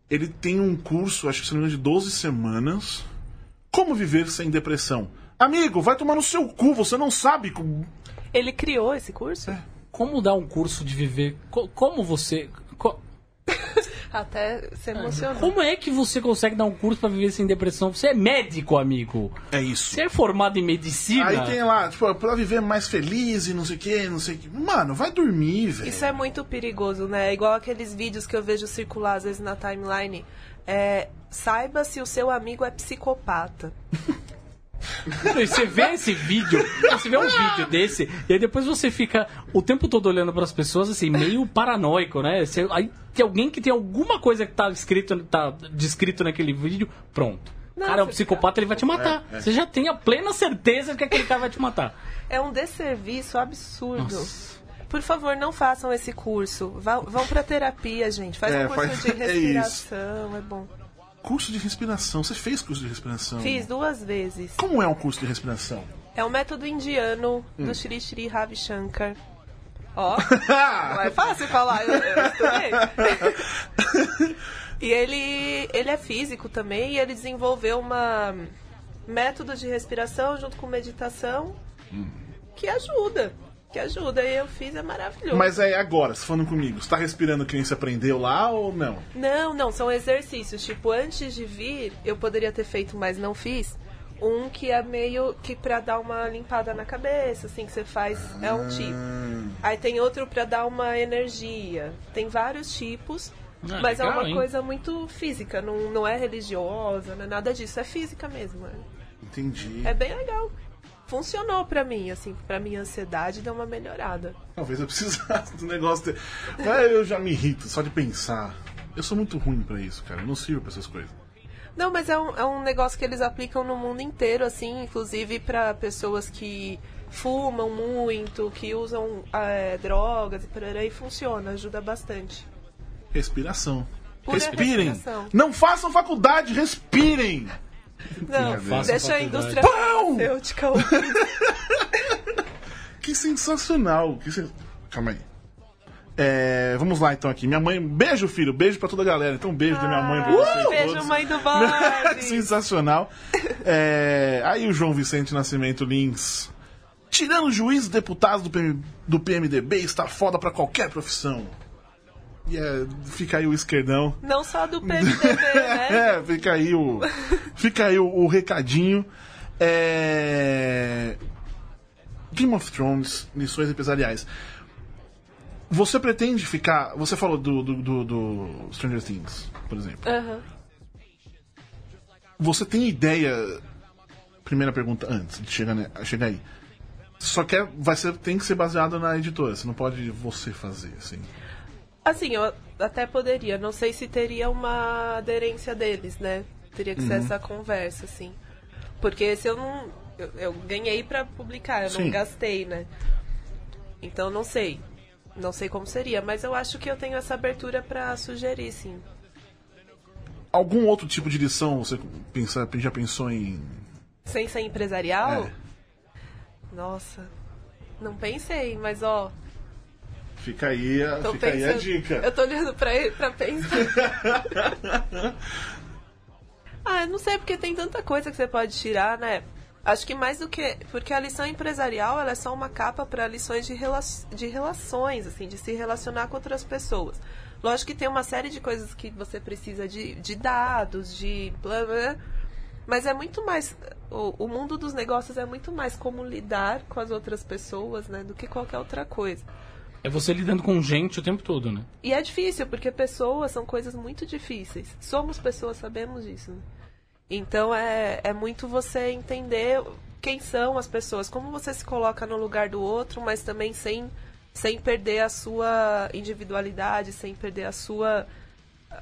Speaker 2: ele tem um curso, acho que se não me engano, de 12 semanas. Como viver sem depressão? Amigo, vai tomar no seu cu, você não sabe como.
Speaker 3: Ele criou esse curso?
Speaker 2: É.
Speaker 1: Como dar um curso de viver? Co- Como você... co-
Speaker 3: Até se emocionou.
Speaker 1: Como é que você consegue dar um curso pra viver sem depressão? Você é médico, amigo.
Speaker 2: É isso.
Speaker 1: Você é formado em medicina.
Speaker 2: Aí tem lá, tipo, pra viver mais feliz e não sei o que, não sei o que. Mano, vai dormir, velho.
Speaker 3: Isso é muito perigoso, né? É Igual aqueles vídeos que eu vejo circular às vezes na timeline. É, saiba se o seu amigo é psicopata.
Speaker 1: Então, E Você vê esse vídeo, você vê um vídeo desse, e aí depois você fica o tempo todo olhando pras pessoas, assim, meio paranoico, né? Você- aí tem alguém que tem alguma coisa que tá escrito, tá descrito naquele vídeo, pronto. O
Speaker 3: Não,
Speaker 1: cara, é um
Speaker 3: você
Speaker 1: psicopata, ele vai te matar.
Speaker 2: É,
Speaker 1: Você já tem a plena certeza que aquele cara vai te matar.
Speaker 3: É um desserviço absurdo. Por favor, não façam esse curso. Vá- vão pra terapia, gente. Faz
Speaker 2: É,
Speaker 3: um curso
Speaker 2: faz-
Speaker 3: de
Speaker 2: é isso.
Speaker 3: respiração, é, bom.
Speaker 2: Curso de respiração. Você fez curso de respiração?
Speaker 3: Fiz duas vezes.
Speaker 2: Como é um curso de respiração?
Speaker 3: É um método indiano
Speaker 2: Hum.
Speaker 3: do Shri Shri Ravi Shankar. Ó, não é fácil falar, eu, eu estudei. e ele, ele é físico também e ele desenvolveu uma hum, método de respiração junto com meditação
Speaker 2: Hum.
Speaker 3: que ajuda. Que ajuda, e eu fiz, é maravilhoso.
Speaker 2: Mas é agora, você falando comigo, você tá respirando que nem você aprendeu lá ou não?
Speaker 3: Não, não, são exercícios. Tipo, antes de vir, eu poderia ter feito, mas não fiz. Um que é meio que pra dar uma limpada na cabeça, assim, que você faz, é
Speaker 2: Ah.
Speaker 3: um tipo. Aí tem outro pra dar uma energia. Tem vários tipos,
Speaker 1: Ah,
Speaker 3: mas é
Speaker 1: legal,
Speaker 3: uma
Speaker 1: hein?
Speaker 3: coisa muito física, não, não é religiosa, não é nada disso, é física mesmo. É,
Speaker 2: Ah, Entendi.
Speaker 3: é bem legal. Funcionou pra mim, assim, pra minha ansiedade deu uma melhorada.
Speaker 2: Talvez eu precisasse do negócio ter. Mas eu já me irrito só de pensar. Eu sou muito ruim pra isso, cara. Eu não sirvo pra essas coisas.
Speaker 3: Não, mas é um, é um negócio que eles aplicam no mundo inteiro, assim, inclusive pra pessoas que fumam muito, que usam é, drogas e por aí, funciona, ajuda bastante.
Speaker 2: Respiração.
Speaker 3: Pura
Speaker 2: respirem!
Speaker 3: respiração.
Speaker 2: Não façam faculdade, respirem!
Speaker 3: Não,
Speaker 1: façam
Speaker 3: deixa a
Speaker 1: faculdade.
Speaker 3: indústria
Speaker 2: Pão!
Speaker 3: farmacêutica.
Speaker 2: Que sensacional! Que sen- Calma aí. É, vamos lá então aqui. Minha mãe. Beijo, filho. Beijo pra toda a galera. Então, beijo da minha mãe pra vocês.
Speaker 3: Ah, Uh, Beijo,
Speaker 2: todos.
Speaker 3: mãe do Bob!
Speaker 2: Sensacional. É, aí o João Vicente Nascimento Lins. Tirando juízes e deputados do, PM do PMDB, está foda pra qualquer profissão. E é, fica aí o esquerdão.
Speaker 3: Não só do PMDB, né?
Speaker 2: É, fica aí o, fica aí o, o recadinho. É... Game of Thrones, lições empresariais. Você pretende ficar. Você falou do, do, do- do Stranger Things, por exemplo.
Speaker 3: Aham.
Speaker 2: Você tem ideia. Primeira pergunta antes de chegar, ne- chegar aí. Só que é- vai ser, tem que ser baseado na editora, você não pode você fazer, assim.
Speaker 3: Assim, eu até poderia. Não sei se teria uma aderência deles, né? Teria que ser
Speaker 2: Uhum.
Speaker 3: essa conversa, assim. Porque se eu não. Eu, eu ganhei pra publicar, eu
Speaker 2: Sim.
Speaker 3: não gastei, né? Então não sei. Não sei como seria, mas eu acho que eu tenho essa abertura pra sugerir, sim.
Speaker 2: Algum outro tipo de lição você pensa, já pensou em.
Speaker 3: Sem ser empresarial?
Speaker 2: É.
Speaker 3: Nossa. Não pensei, mas ó.
Speaker 2: Fica aí a,
Speaker 3: Tô
Speaker 2: fica aí
Speaker 3: Então pensando.
Speaker 2: a dica.
Speaker 3: Eu tô olhando pra ele pra pensar. ah, eu não sei, porque tem tanta coisa que você pode tirar, né? Acho que mais do que. Porque a lição empresarial ela é só uma capa para lições de, rela... de relações, assim, de se relacionar com outras pessoas. Lógico que tem uma série de coisas que você precisa de, de dados, de. Blá, blá, mas é muito mais. O, o mundo dos negócios é muito mais como lidar com as outras pessoas, né? Do que qualquer outra coisa.
Speaker 1: É você lidando com gente o tempo todo, né?
Speaker 3: E é difícil, porque pessoas são coisas muito difíceis. Somos pessoas, sabemos disso. né? Então é, é muito você entender quem são as pessoas, como você se coloca no lugar do outro, mas também sem, sem perder a sua individualidade, sem perder a sua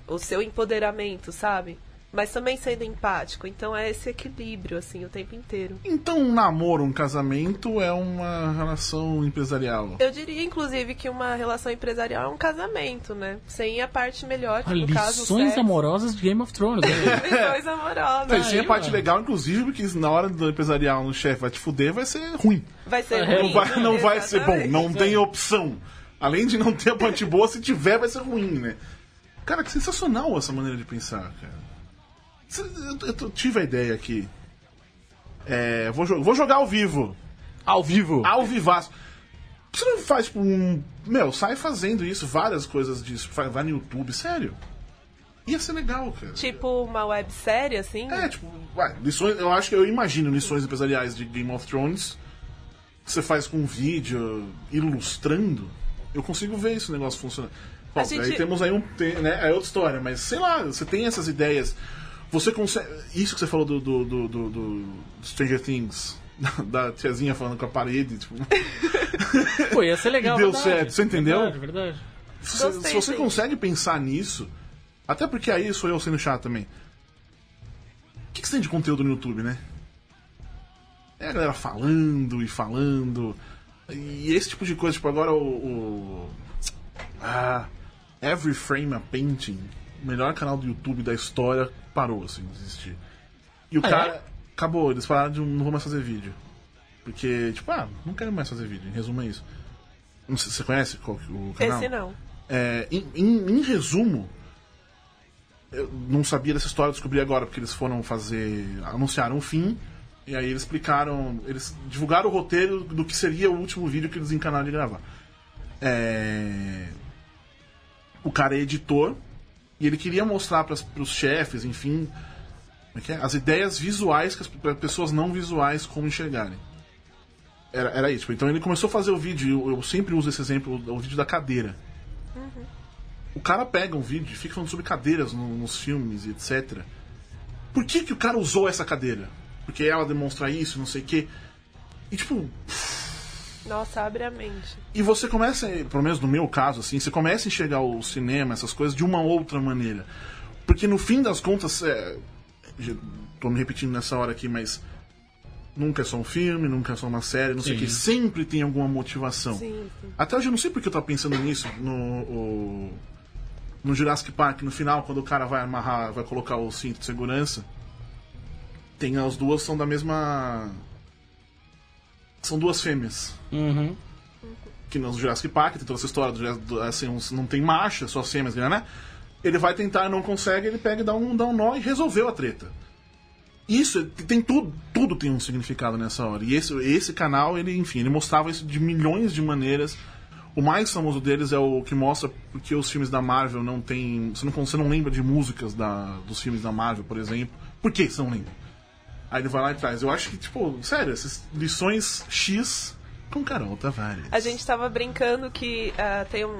Speaker 3: o seu empoderamento, sabe? Mas também sendo empático. Então é esse equilíbrio, assim, o tempo inteiro.
Speaker 2: Então, um namoro, um casamento é uma relação empresarial.
Speaker 3: Eu diria, inclusive, que uma relação empresarial é um casamento, né? Sem a parte melhor, que no caso, o
Speaker 1: Ah, Lições
Speaker 3: sexo.
Speaker 1: amorosas de Game of Thrones. né? olha aí.
Speaker 3: Lições
Speaker 2: Mas
Speaker 3: amorosas.
Speaker 2: sim, a
Speaker 1: aí,
Speaker 2: parte
Speaker 1: mano.
Speaker 2: legal, inclusive, porque na hora do empresarial o chefe vai te fuder, vai ser ruim.
Speaker 3: Vai ser
Speaker 1: É,
Speaker 2: Não
Speaker 3: ruim,
Speaker 2: vai, não vai ser bom,
Speaker 3: exatamente.
Speaker 2: não tem opção. Além de não ter a parte boa, se tiver, vai ser ruim, né? Cara, que sensacional essa maneira de pensar, cara. Cê- Eu, eu- eu tive a ideia aqui. É, vou, jo- vou jogar ao vivo.
Speaker 1: Ao vivo.
Speaker 2: Ao vivaço. Por que Você não faz tipo, um. Meu, sai fazendo isso, várias coisas disso. Vai, vai no YouTube, sério. Ia ser legal, cara.
Speaker 3: Tipo uma websérie, assim.
Speaker 2: É, tipo, vai, lições, eu acho que eu imagino lições empresariais de Game of Thrones que você faz com um vídeo ilustrando. Eu consigo ver esse negócio funcionando. Bom,
Speaker 3: A gente-
Speaker 2: aí temos aí um. te- Né, é outra história, mas sei lá, você tem essas ideias. Você consegue. Isso que você falou do, do, do, do- do Stranger Things, da tiazinha falando com a parede, tipo,
Speaker 1: Pô, ia ser legal.
Speaker 2: E deu
Speaker 1: verdade.
Speaker 2: certo, você entendeu?
Speaker 1: Verdade, verdade.
Speaker 2: se,
Speaker 3: Gostei,
Speaker 2: se você
Speaker 3: sim.
Speaker 2: consegue pensar nisso, até porque aí sou eu sendo chato também. O que, que você tem de conteúdo no YouTube, né? É a galera falando e falando. E esse tipo de coisa, tipo, agora o. o- ah, Every Frame a Painting, o melhor canal do YouTube da história, parou, assim, de existir. E o
Speaker 1: Ah, é?
Speaker 2: cara. Acabou, eles falaram de um, não vou mais fazer vídeo. Porque, tipo, ah, não quero mais fazer vídeo, em resumo é isso. Não sei, Você conhece qual que- o canal?
Speaker 3: Esse não.
Speaker 2: É, em, em- em resumo, eu não sabia dessa história, eu descobri agora, porque eles foram fazer. anunciaram o fim, e aí eles explicaram. Eles divulgaram o roteiro do que seria o último vídeo que eles encanaram de gravar. É, o cara é editor, e ele queria mostrar para os chefes, enfim, como é que é? as ideias visuais que as pra pessoas não visuais como enxergarem. Era, era isso. Tipo, Então ele começou a fazer o vídeo, e eu, eu sempre uso esse exemplo, o vídeo da cadeira. O cara pega um vídeo e fica falando sobre cadeiras no- nos filmes e etc. Por que, que o cara usou essa cadeira? Porque ela demonstra isso, não sei o quê. E tipo,
Speaker 3: Nossa, abre a mente.
Speaker 2: e você começa, eh, pelo menos no meu caso, assim, você começa a enxergar o cinema, essas coisas, de uma outra maneira. Porque no fim das contas, é, já tô me repetindo nessa hora aqui, mas nunca é só um filme, nunca é só uma série, não sei o
Speaker 1: Sim.
Speaker 2: que, sempre tem alguma motivação.
Speaker 3: Sim, sim.
Speaker 2: Até hoje eu não sei porque eu tava pensando nisso no, o- no Jurassic Park, no final, quando o cara vai amarrar, vai colocar o cinto de segurança. Tem as duas, são da mesma. São duas fêmeas.
Speaker 1: Uhum.
Speaker 2: Que no Jurassic Park tem toda essa história do Jurass- do, assim, uns- não tem marcha, só as fêmeas, né? Ele vai tentar, não consegue, ele pega e dá um, dá um nó e resolveu a treta. Isso, tem tudo, tudo tem um significado nessa hora. E esse, esse canal, ele, enfim, ele mostrava isso de milhões de maneiras. O mais famoso deles é o que mostra porque os filmes da Marvel não tem. Você não, con- você não lembra de músicas da, dos filmes da Marvel, por exemplo. Por que você não lembra? Aí ele vai lá e traz. Eu acho que, tipo, sério, essas lições X com Carol Tavares.
Speaker 3: A gente tava brincando que ah, tem um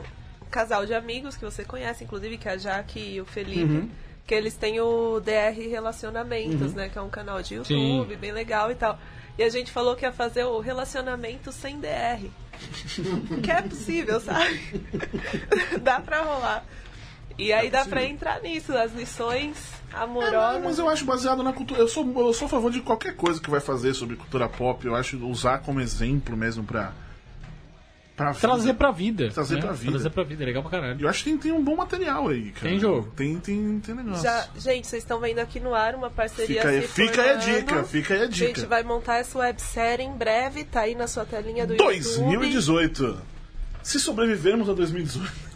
Speaker 3: casal de amigos que você conhece, inclusive, que é a Jaque e o Felipe. Que eles têm o DR Relacionamentos, né? Que é um canal de YouTube,
Speaker 1: Sim.
Speaker 3: bem legal e tal. E a gente falou que ia fazer o relacionamento sem DR. que é possível, sabe? dá pra rolar. E aí dá pra entrar nisso, as lições
Speaker 2: É,
Speaker 3: amorosas.
Speaker 2: mas eu acho baseado na cultura. Eu sou, eu sou a favor de qualquer coisa que vai fazer sobre cultura pop. Eu acho usar como exemplo mesmo pra. pra vida.
Speaker 1: Trazer pra vida.
Speaker 2: Trazer
Speaker 1: né?
Speaker 2: pra vida.
Speaker 1: Trazer pra vida, legal pra caralho.
Speaker 2: Eu acho que tem, tem um bom material aí, cara.
Speaker 1: Tem jogo.
Speaker 2: Tem, tem, tem negócio.
Speaker 3: Já, gente, vocês estão vendo aqui no ar uma parceria
Speaker 2: Fica aí,
Speaker 3: se
Speaker 2: fica aí a
Speaker 3: formando.
Speaker 2: dica, fica aí a
Speaker 3: A gente
Speaker 2: dica.
Speaker 3: vai montar essa websérie em breve, tá aí na sua telinha do YouTube.
Speaker 2: 2018. Se sobrevivermos a 2018.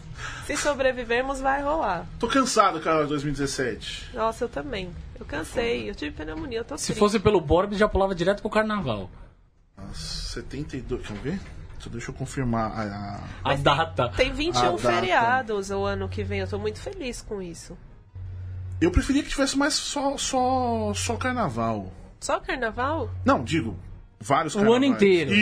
Speaker 3: Se sobrevivermos, vai rolar.
Speaker 2: Tô cansado, cara, de 2017.
Speaker 3: Nossa, eu também. Eu cansei, eu tive pneumonia, eu tô
Speaker 1: Se
Speaker 3: triste.
Speaker 1: fosse pelo Borb, já pulava direto pro carnaval.
Speaker 2: Nossa, 72. Quer ver? Só deixa eu confirmar a. a-
Speaker 1: A data.
Speaker 3: Tem 21
Speaker 2: Ah, dá,
Speaker 3: feriados o ano que vem, eu tô muito feliz com isso.
Speaker 2: Eu preferia que tivesse mais só, só, só carnaval.
Speaker 3: Só carnaval?
Speaker 2: Não, digo, vários
Speaker 1: O Um ano
Speaker 2: carnavais.
Speaker 1: inteiro.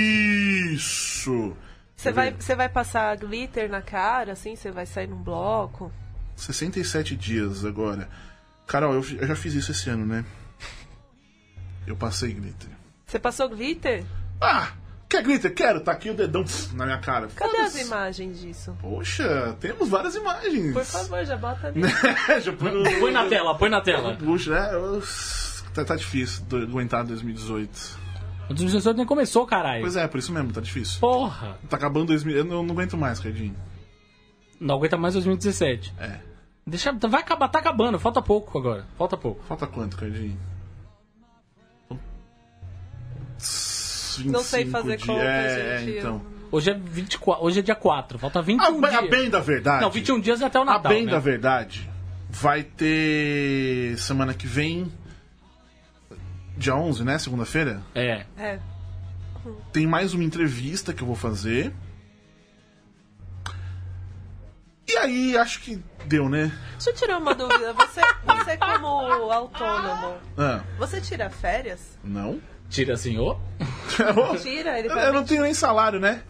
Speaker 2: Isso!
Speaker 3: Você vai,
Speaker 2: ver?
Speaker 3: você vai passar glitter na cara, assim? Você vai sair num bloco?
Speaker 2: 67 dias agora. Carol, eu, eu já fiz isso esse ano, né? Eu passei glitter.
Speaker 3: Você passou glitter?
Speaker 2: Ah! Quer glitter? Quero. Tá aqui o dedão tss, na minha cara.
Speaker 3: Cadê as
Speaker 2: Foda-se.
Speaker 3: imagens disso?
Speaker 2: Poxa, temos várias imagens.
Speaker 3: Por favor, já bota ali.
Speaker 2: Já põe no-
Speaker 1: Põe na tela, põe na tela.
Speaker 2: Puxa, né? Ups, Tá, tá difícil do- aguentar 2018.
Speaker 1: O 2018 nem começou, caralho.
Speaker 2: Pois é, por isso mesmo, tá difícil.
Speaker 1: Porra!
Speaker 2: Tá acabando 2000. Eu não, não aguento mais, Redinho.
Speaker 1: Não aguenta mais 2017.
Speaker 2: É.
Speaker 1: Deixa, vai acabar, tá acabando, falta pouco agora. Falta pouco.
Speaker 2: Falta quanto, Redinho?
Speaker 3: Não sei fazer
Speaker 2: dias.
Speaker 3: conta,
Speaker 2: é,
Speaker 3: gente,
Speaker 2: É,
Speaker 3: eu-
Speaker 2: então.
Speaker 1: Hoje é 24, hoje é dia 4, falta
Speaker 2: A,
Speaker 1: 21
Speaker 2: bem- a
Speaker 1: dias.
Speaker 2: bem da verdade.
Speaker 1: Não, 21 dias é até o
Speaker 2: A
Speaker 1: Natal,
Speaker 2: bem
Speaker 1: né?
Speaker 2: da verdade, vai ter semana que vem, dia 11, né? Segunda-feira.
Speaker 1: É.
Speaker 3: É.
Speaker 2: Tem mais uma entrevista que eu vou fazer. E aí, acho que deu, né?
Speaker 3: Deixa eu tirar uma dúvida. Você, você como autônomo,
Speaker 2: Ah,
Speaker 3: você tira férias?
Speaker 2: não.
Speaker 1: Tira assim, senhor.
Speaker 3: Tira? Ele
Speaker 2: Eu eu não tenho nem salário, né?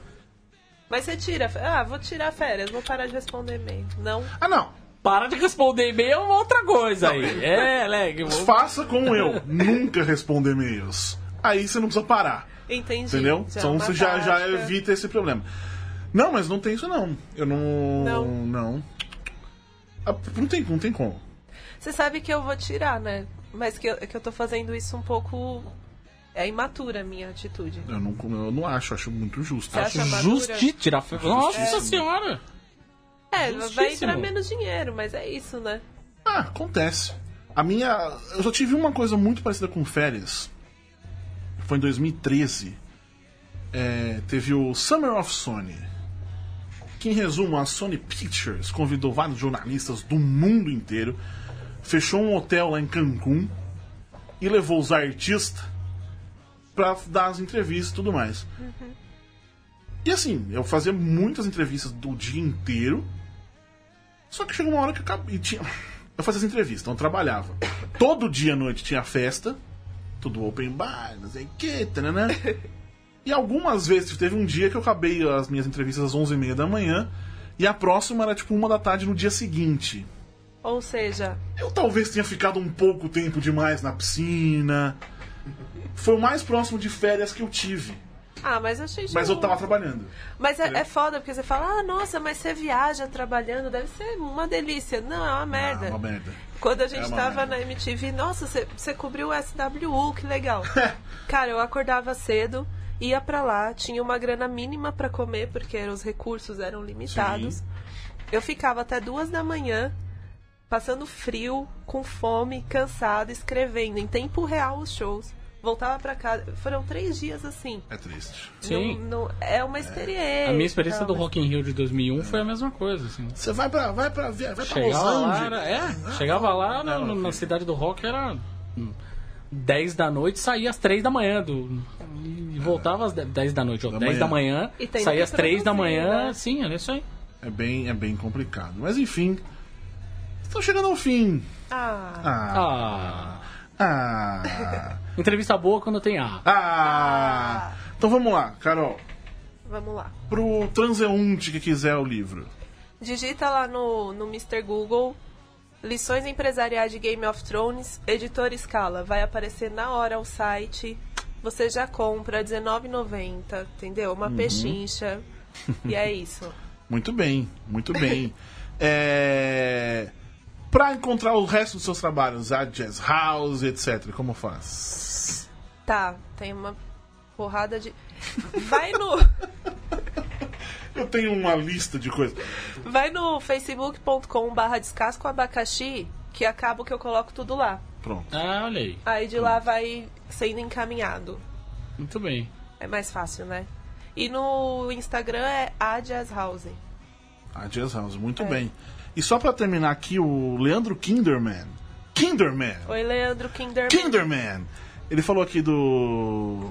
Speaker 3: Mas você tira. Ah, vou tirar férias, vou parar de responder e-mail. Não.
Speaker 2: Ah, não.
Speaker 1: Para de responder e-mail é uma outra coisa aí. É, Leg. vou-
Speaker 2: Faça como eu. Nunca responder e-mails. Aí você não precisa parar.
Speaker 3: Entendi.
Speaker 2: Entendeu?
Speaker 3: Já é
Speaker 2: então
Speaker 3: uma
Speaker 2: você já, já
Speaker 3: tática.
Speaker 2: evita esse problema. Não, mas não tem isso não. Eu não.
Speaker 3: Não.
Speaker 2: Não. Ah, Não tem, não tem como.
Speaker 3: Você sabe que eu vou tirar, né? Mas que eu, que eu tô fazendo isso um pouco. É imatura a minha atitude.
Speaker 2: Eu não, eu não acho, acho muito justo.
Speaker 3: Você acha madura?
Speaker 1: Justi tirar fe- Nossa senhora!
Speaker 3: É, vai
Speaker 1: Justíssimo.
Speaker 3: entrar menos dinheiro, mas é isso, né?
Speaker 2: Ah, acontece. A minha. Eu só tive uma coisa muito parecida com férias. Foi em 2013. É, teve o Summer of Sony. Que em resumo, a Sony Pictures convidou vários jornalistas do mundo inteiro, fechou um hotel lá em Cancún e levou os artistas pra dar as entrevistas e tudo mais. E assim, eu fazia muitas entrevistas do dia inteiro. Só que chegou uma hora que eu acabei. Tinha... Eu fazia as entrevistas, então eu trabalhava. Todo dia à noite tinha festa, tudo open bar, não sei o que, né? E algumas vezes, teve um dia que eu acabei as minhas entrevistas às 11h30 da manhã, e a próxima era tipo uma da tarde no dia seguinte.
Speaker 3: Ou seja,
Speaker 2: Eu talvez tenha ficado um pouco tempo demais na piscina. Foi o mais próximo de férias que eu tive.
Speaker 3: ah, mas eu achei
Speaker 2: Mas eu
Speaker 3: justo.
Speaker 2: tava trabalhando.
Speaker 3: Mas é, é foda, porque você fala, ah, nossa, mas você viaja trabalhando, deve ser uma delícia. Não, é uma merda.
Speaker 2: Ah, uma merda.
Speaker 3: Quando a
Speaker 2: É
Speaker 3: gente
Speaker 2: uma
Speaker 3: tava
Speaker 2: merda.
Speaker 3: na MTV, nossa, você- você cobriu o SWU, que legal. Cara, eu acordava cedo, ia pra lá, tinha uma grana mínima pra comer, porque os recursos eram limitados. Eu ficava até duas da manhã, passando frio, com fome, cansada, escrevendo em tempo real os shows. Voltava pra casa. Foram três dias assim.
Speaker 2: É triste.
Speaker 1: Sim.
Speaker 3: Não- não- é uma experiência.
Speaker 1: A minha experiência do
Speaker 3: Então,
Speaker 1: Rock in Rio de 2001 foi a mesma coisa, assim.
Speaker 2: Você vai pra. Vai pra, vai pra Los
Speaker 1: Chegava lá,
Speaker 2: Angeles.
Speaker 1: era, é, chegava lá na,
Speaker 2: Não,
Speaker 1: na
Speaker 2: filho.
Speaker 1: cidade do rock, era hum, 10 da noite, saía às 3 da manhã. Do, e voltava às 10 da noite, ó,
Speaker 2: Da
Speaker 1: 10 da manhã,
Speaker 3: E tem
Speaker 1: saía
Speaker 3: que
Speaker 1: às 3 da
Speaker 3: produzir,
Speaker 1: manhã,
Speaker 3: né?
Speaker 1: sim, olha isso aí.
Speaker 2: É bem, é bem complicado. Mas enfim. Estamos chegando ao fim.
Speaker 3: Ah,
Speaker 2: Ah.
Speaker 1: Ah,
Speaker 2: Ah.
Speaker 1: entrevista boa quando tem A.
Speaker 2: Ah. Então vamos lá, Carol.
Speaker 3: vamos lá.
Speaker 2: Pro transeunte que quiser o livro.
Speaker 3: Digita lá no, no Mr. Google Lições Empresariais de Game of Thrones, editor escala. Vai aparecer na hora o site. Você já compra R$19,90, entendeu? Uma pechincha. E é isso.
Speaker 2: Muito bem, muito bem. é... Pra encontrar o resto dos seus trabalhos, a Jazz House, etc. Como faz?
Speaker 3: Tá, tem uma porrada de. Vai no,
Speaker 2: Eu tenho uma lista de coisas.
Speaker 3: vai no facebook.com/barra descasco abacaxi, que acaba que eu coloco tudo lá.
Speaker 2: Pronto.
Speaker 1: Ah, olha aí,
Speaker 3: Aí de lá vai sendo encaminhado.
Speaker 1: muito bem.
Speaker 3: É mais fácil, né? E no Instagram é a Jazz House.
Speaker 2: A Jazz House, muito bem. E só pra terminar aqui, o Leandro Kinderman. Kinderman!
Speaker 3: Oi, Leandro Kinderman.
Speaker 2: Kinderman. Ele falou aqui do.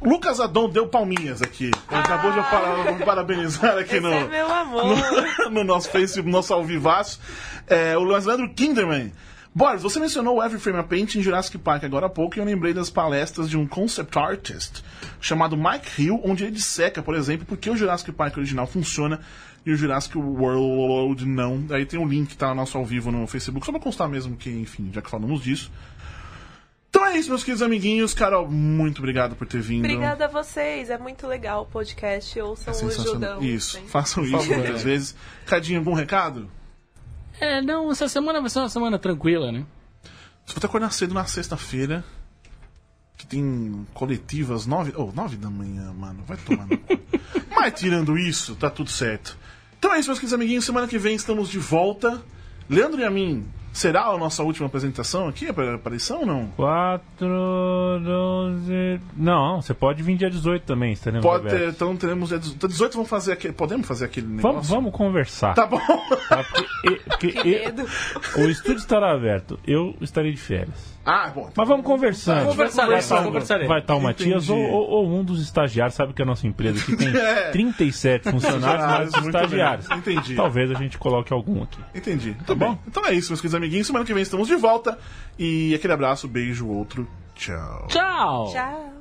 Speaker 2: Lucas Adon deu palminhas aqui. Ele acabou de para- parabenizar aqui
Speaker 3: Ah. Esse
Speaker 2: no,
Speaker 3: é meu amor.
Speaker 2: no, no nosso Facebook, no nosso ao vivaço. É, o Luiz Leandro Kinderman. Boris, você mencionou o Every Frame a Paint em Jurassic Park agora há pouco e eu lembrei das palestras de um concept artist chamado Mike Hill, onde ele disseca, por exemplo, porque o Jurassic Park original funciona e o Jurassic World não. Aí tem um link, tá, nosso ao vivo no Facebook, só pra constar mesmo que, enfim, já que falamos disso. Então é isso, meus queridos amiguinhos. Carol, muito obrigado por ter vindo. É
Speaker 3: Obrigada a vocês, é muito legal o podcast. Ouçam o
Speaker 2: Sensacional.
Speaker 3: Judão.
Speaker 2: Isso,
Speaker 3: Sim.
Speaker 2: façam isso
Speaker 4: favor.
Speaker 2: muitas vezes. Cadinho, algum recado?
Speaker 1: É, não, essa semana vai ser uma semana tranquila, né?
Speaker 2: Se você acordar é cedo na sexta-feira, que tem coletivas nove, oh, nove da manhã, mano, vai tomar no cu. Mas tirando isso, tá tudo certo. Então é isso, meus queridos amiguinhos. Semana que vem estamos de volta. Leandro e a mim, será a nossa última apresentação aqui? A aparição ou não?
Speaker 4: 4, 12. Não, você pode vir dia 18 também, tá estaremos
Speaker 2: Pode ter,
Speaker 4: abertos.
Speaker 2: então teremos dia 18. 18 vamos fazer aquele. Podemos fazer aquele negócio?
Speaker 4: Vamos, vamos conversar.
Speaker 2: Tá bom.
Speaker 4: tá? Porque- e- porque e-
Speaker 3: Medo.
Speaker 4: o estúdio estará aberto. Eu estarei de férias.
Speaker 2: Ah, bom.
Speaker 4: Mas vamos conversando.
Speaker 1: Conversaremos,
Speaker 2: conversar,
Speaker 1: conversaremos.
Speaker 4: Vai estar o Matias ou,
Speaker 2: Entendi.
Speaker 4: ou- ou um dos estagiários. Sabe que a nossa empresa aqui tem
Speaker 2: É.
Speaker 4: 37 funcionários,
Speaker 2: Funcionários,
Speaker 4: mais os
Speaker 2: muito bem.
Speaker 4: estagiários.
Speaker 2: Entendi.
Speaker 4: Talvez a gente coloque algum aqui.
Speaker 2: Entendi. Tá bom. Então é isso, meus queridos amiguinhos. Semana que vem estamos de volta. E aquele abraço, beijo, outro. Tchau.
Speaker 1: Tchau!
Speaker 3: Tchau.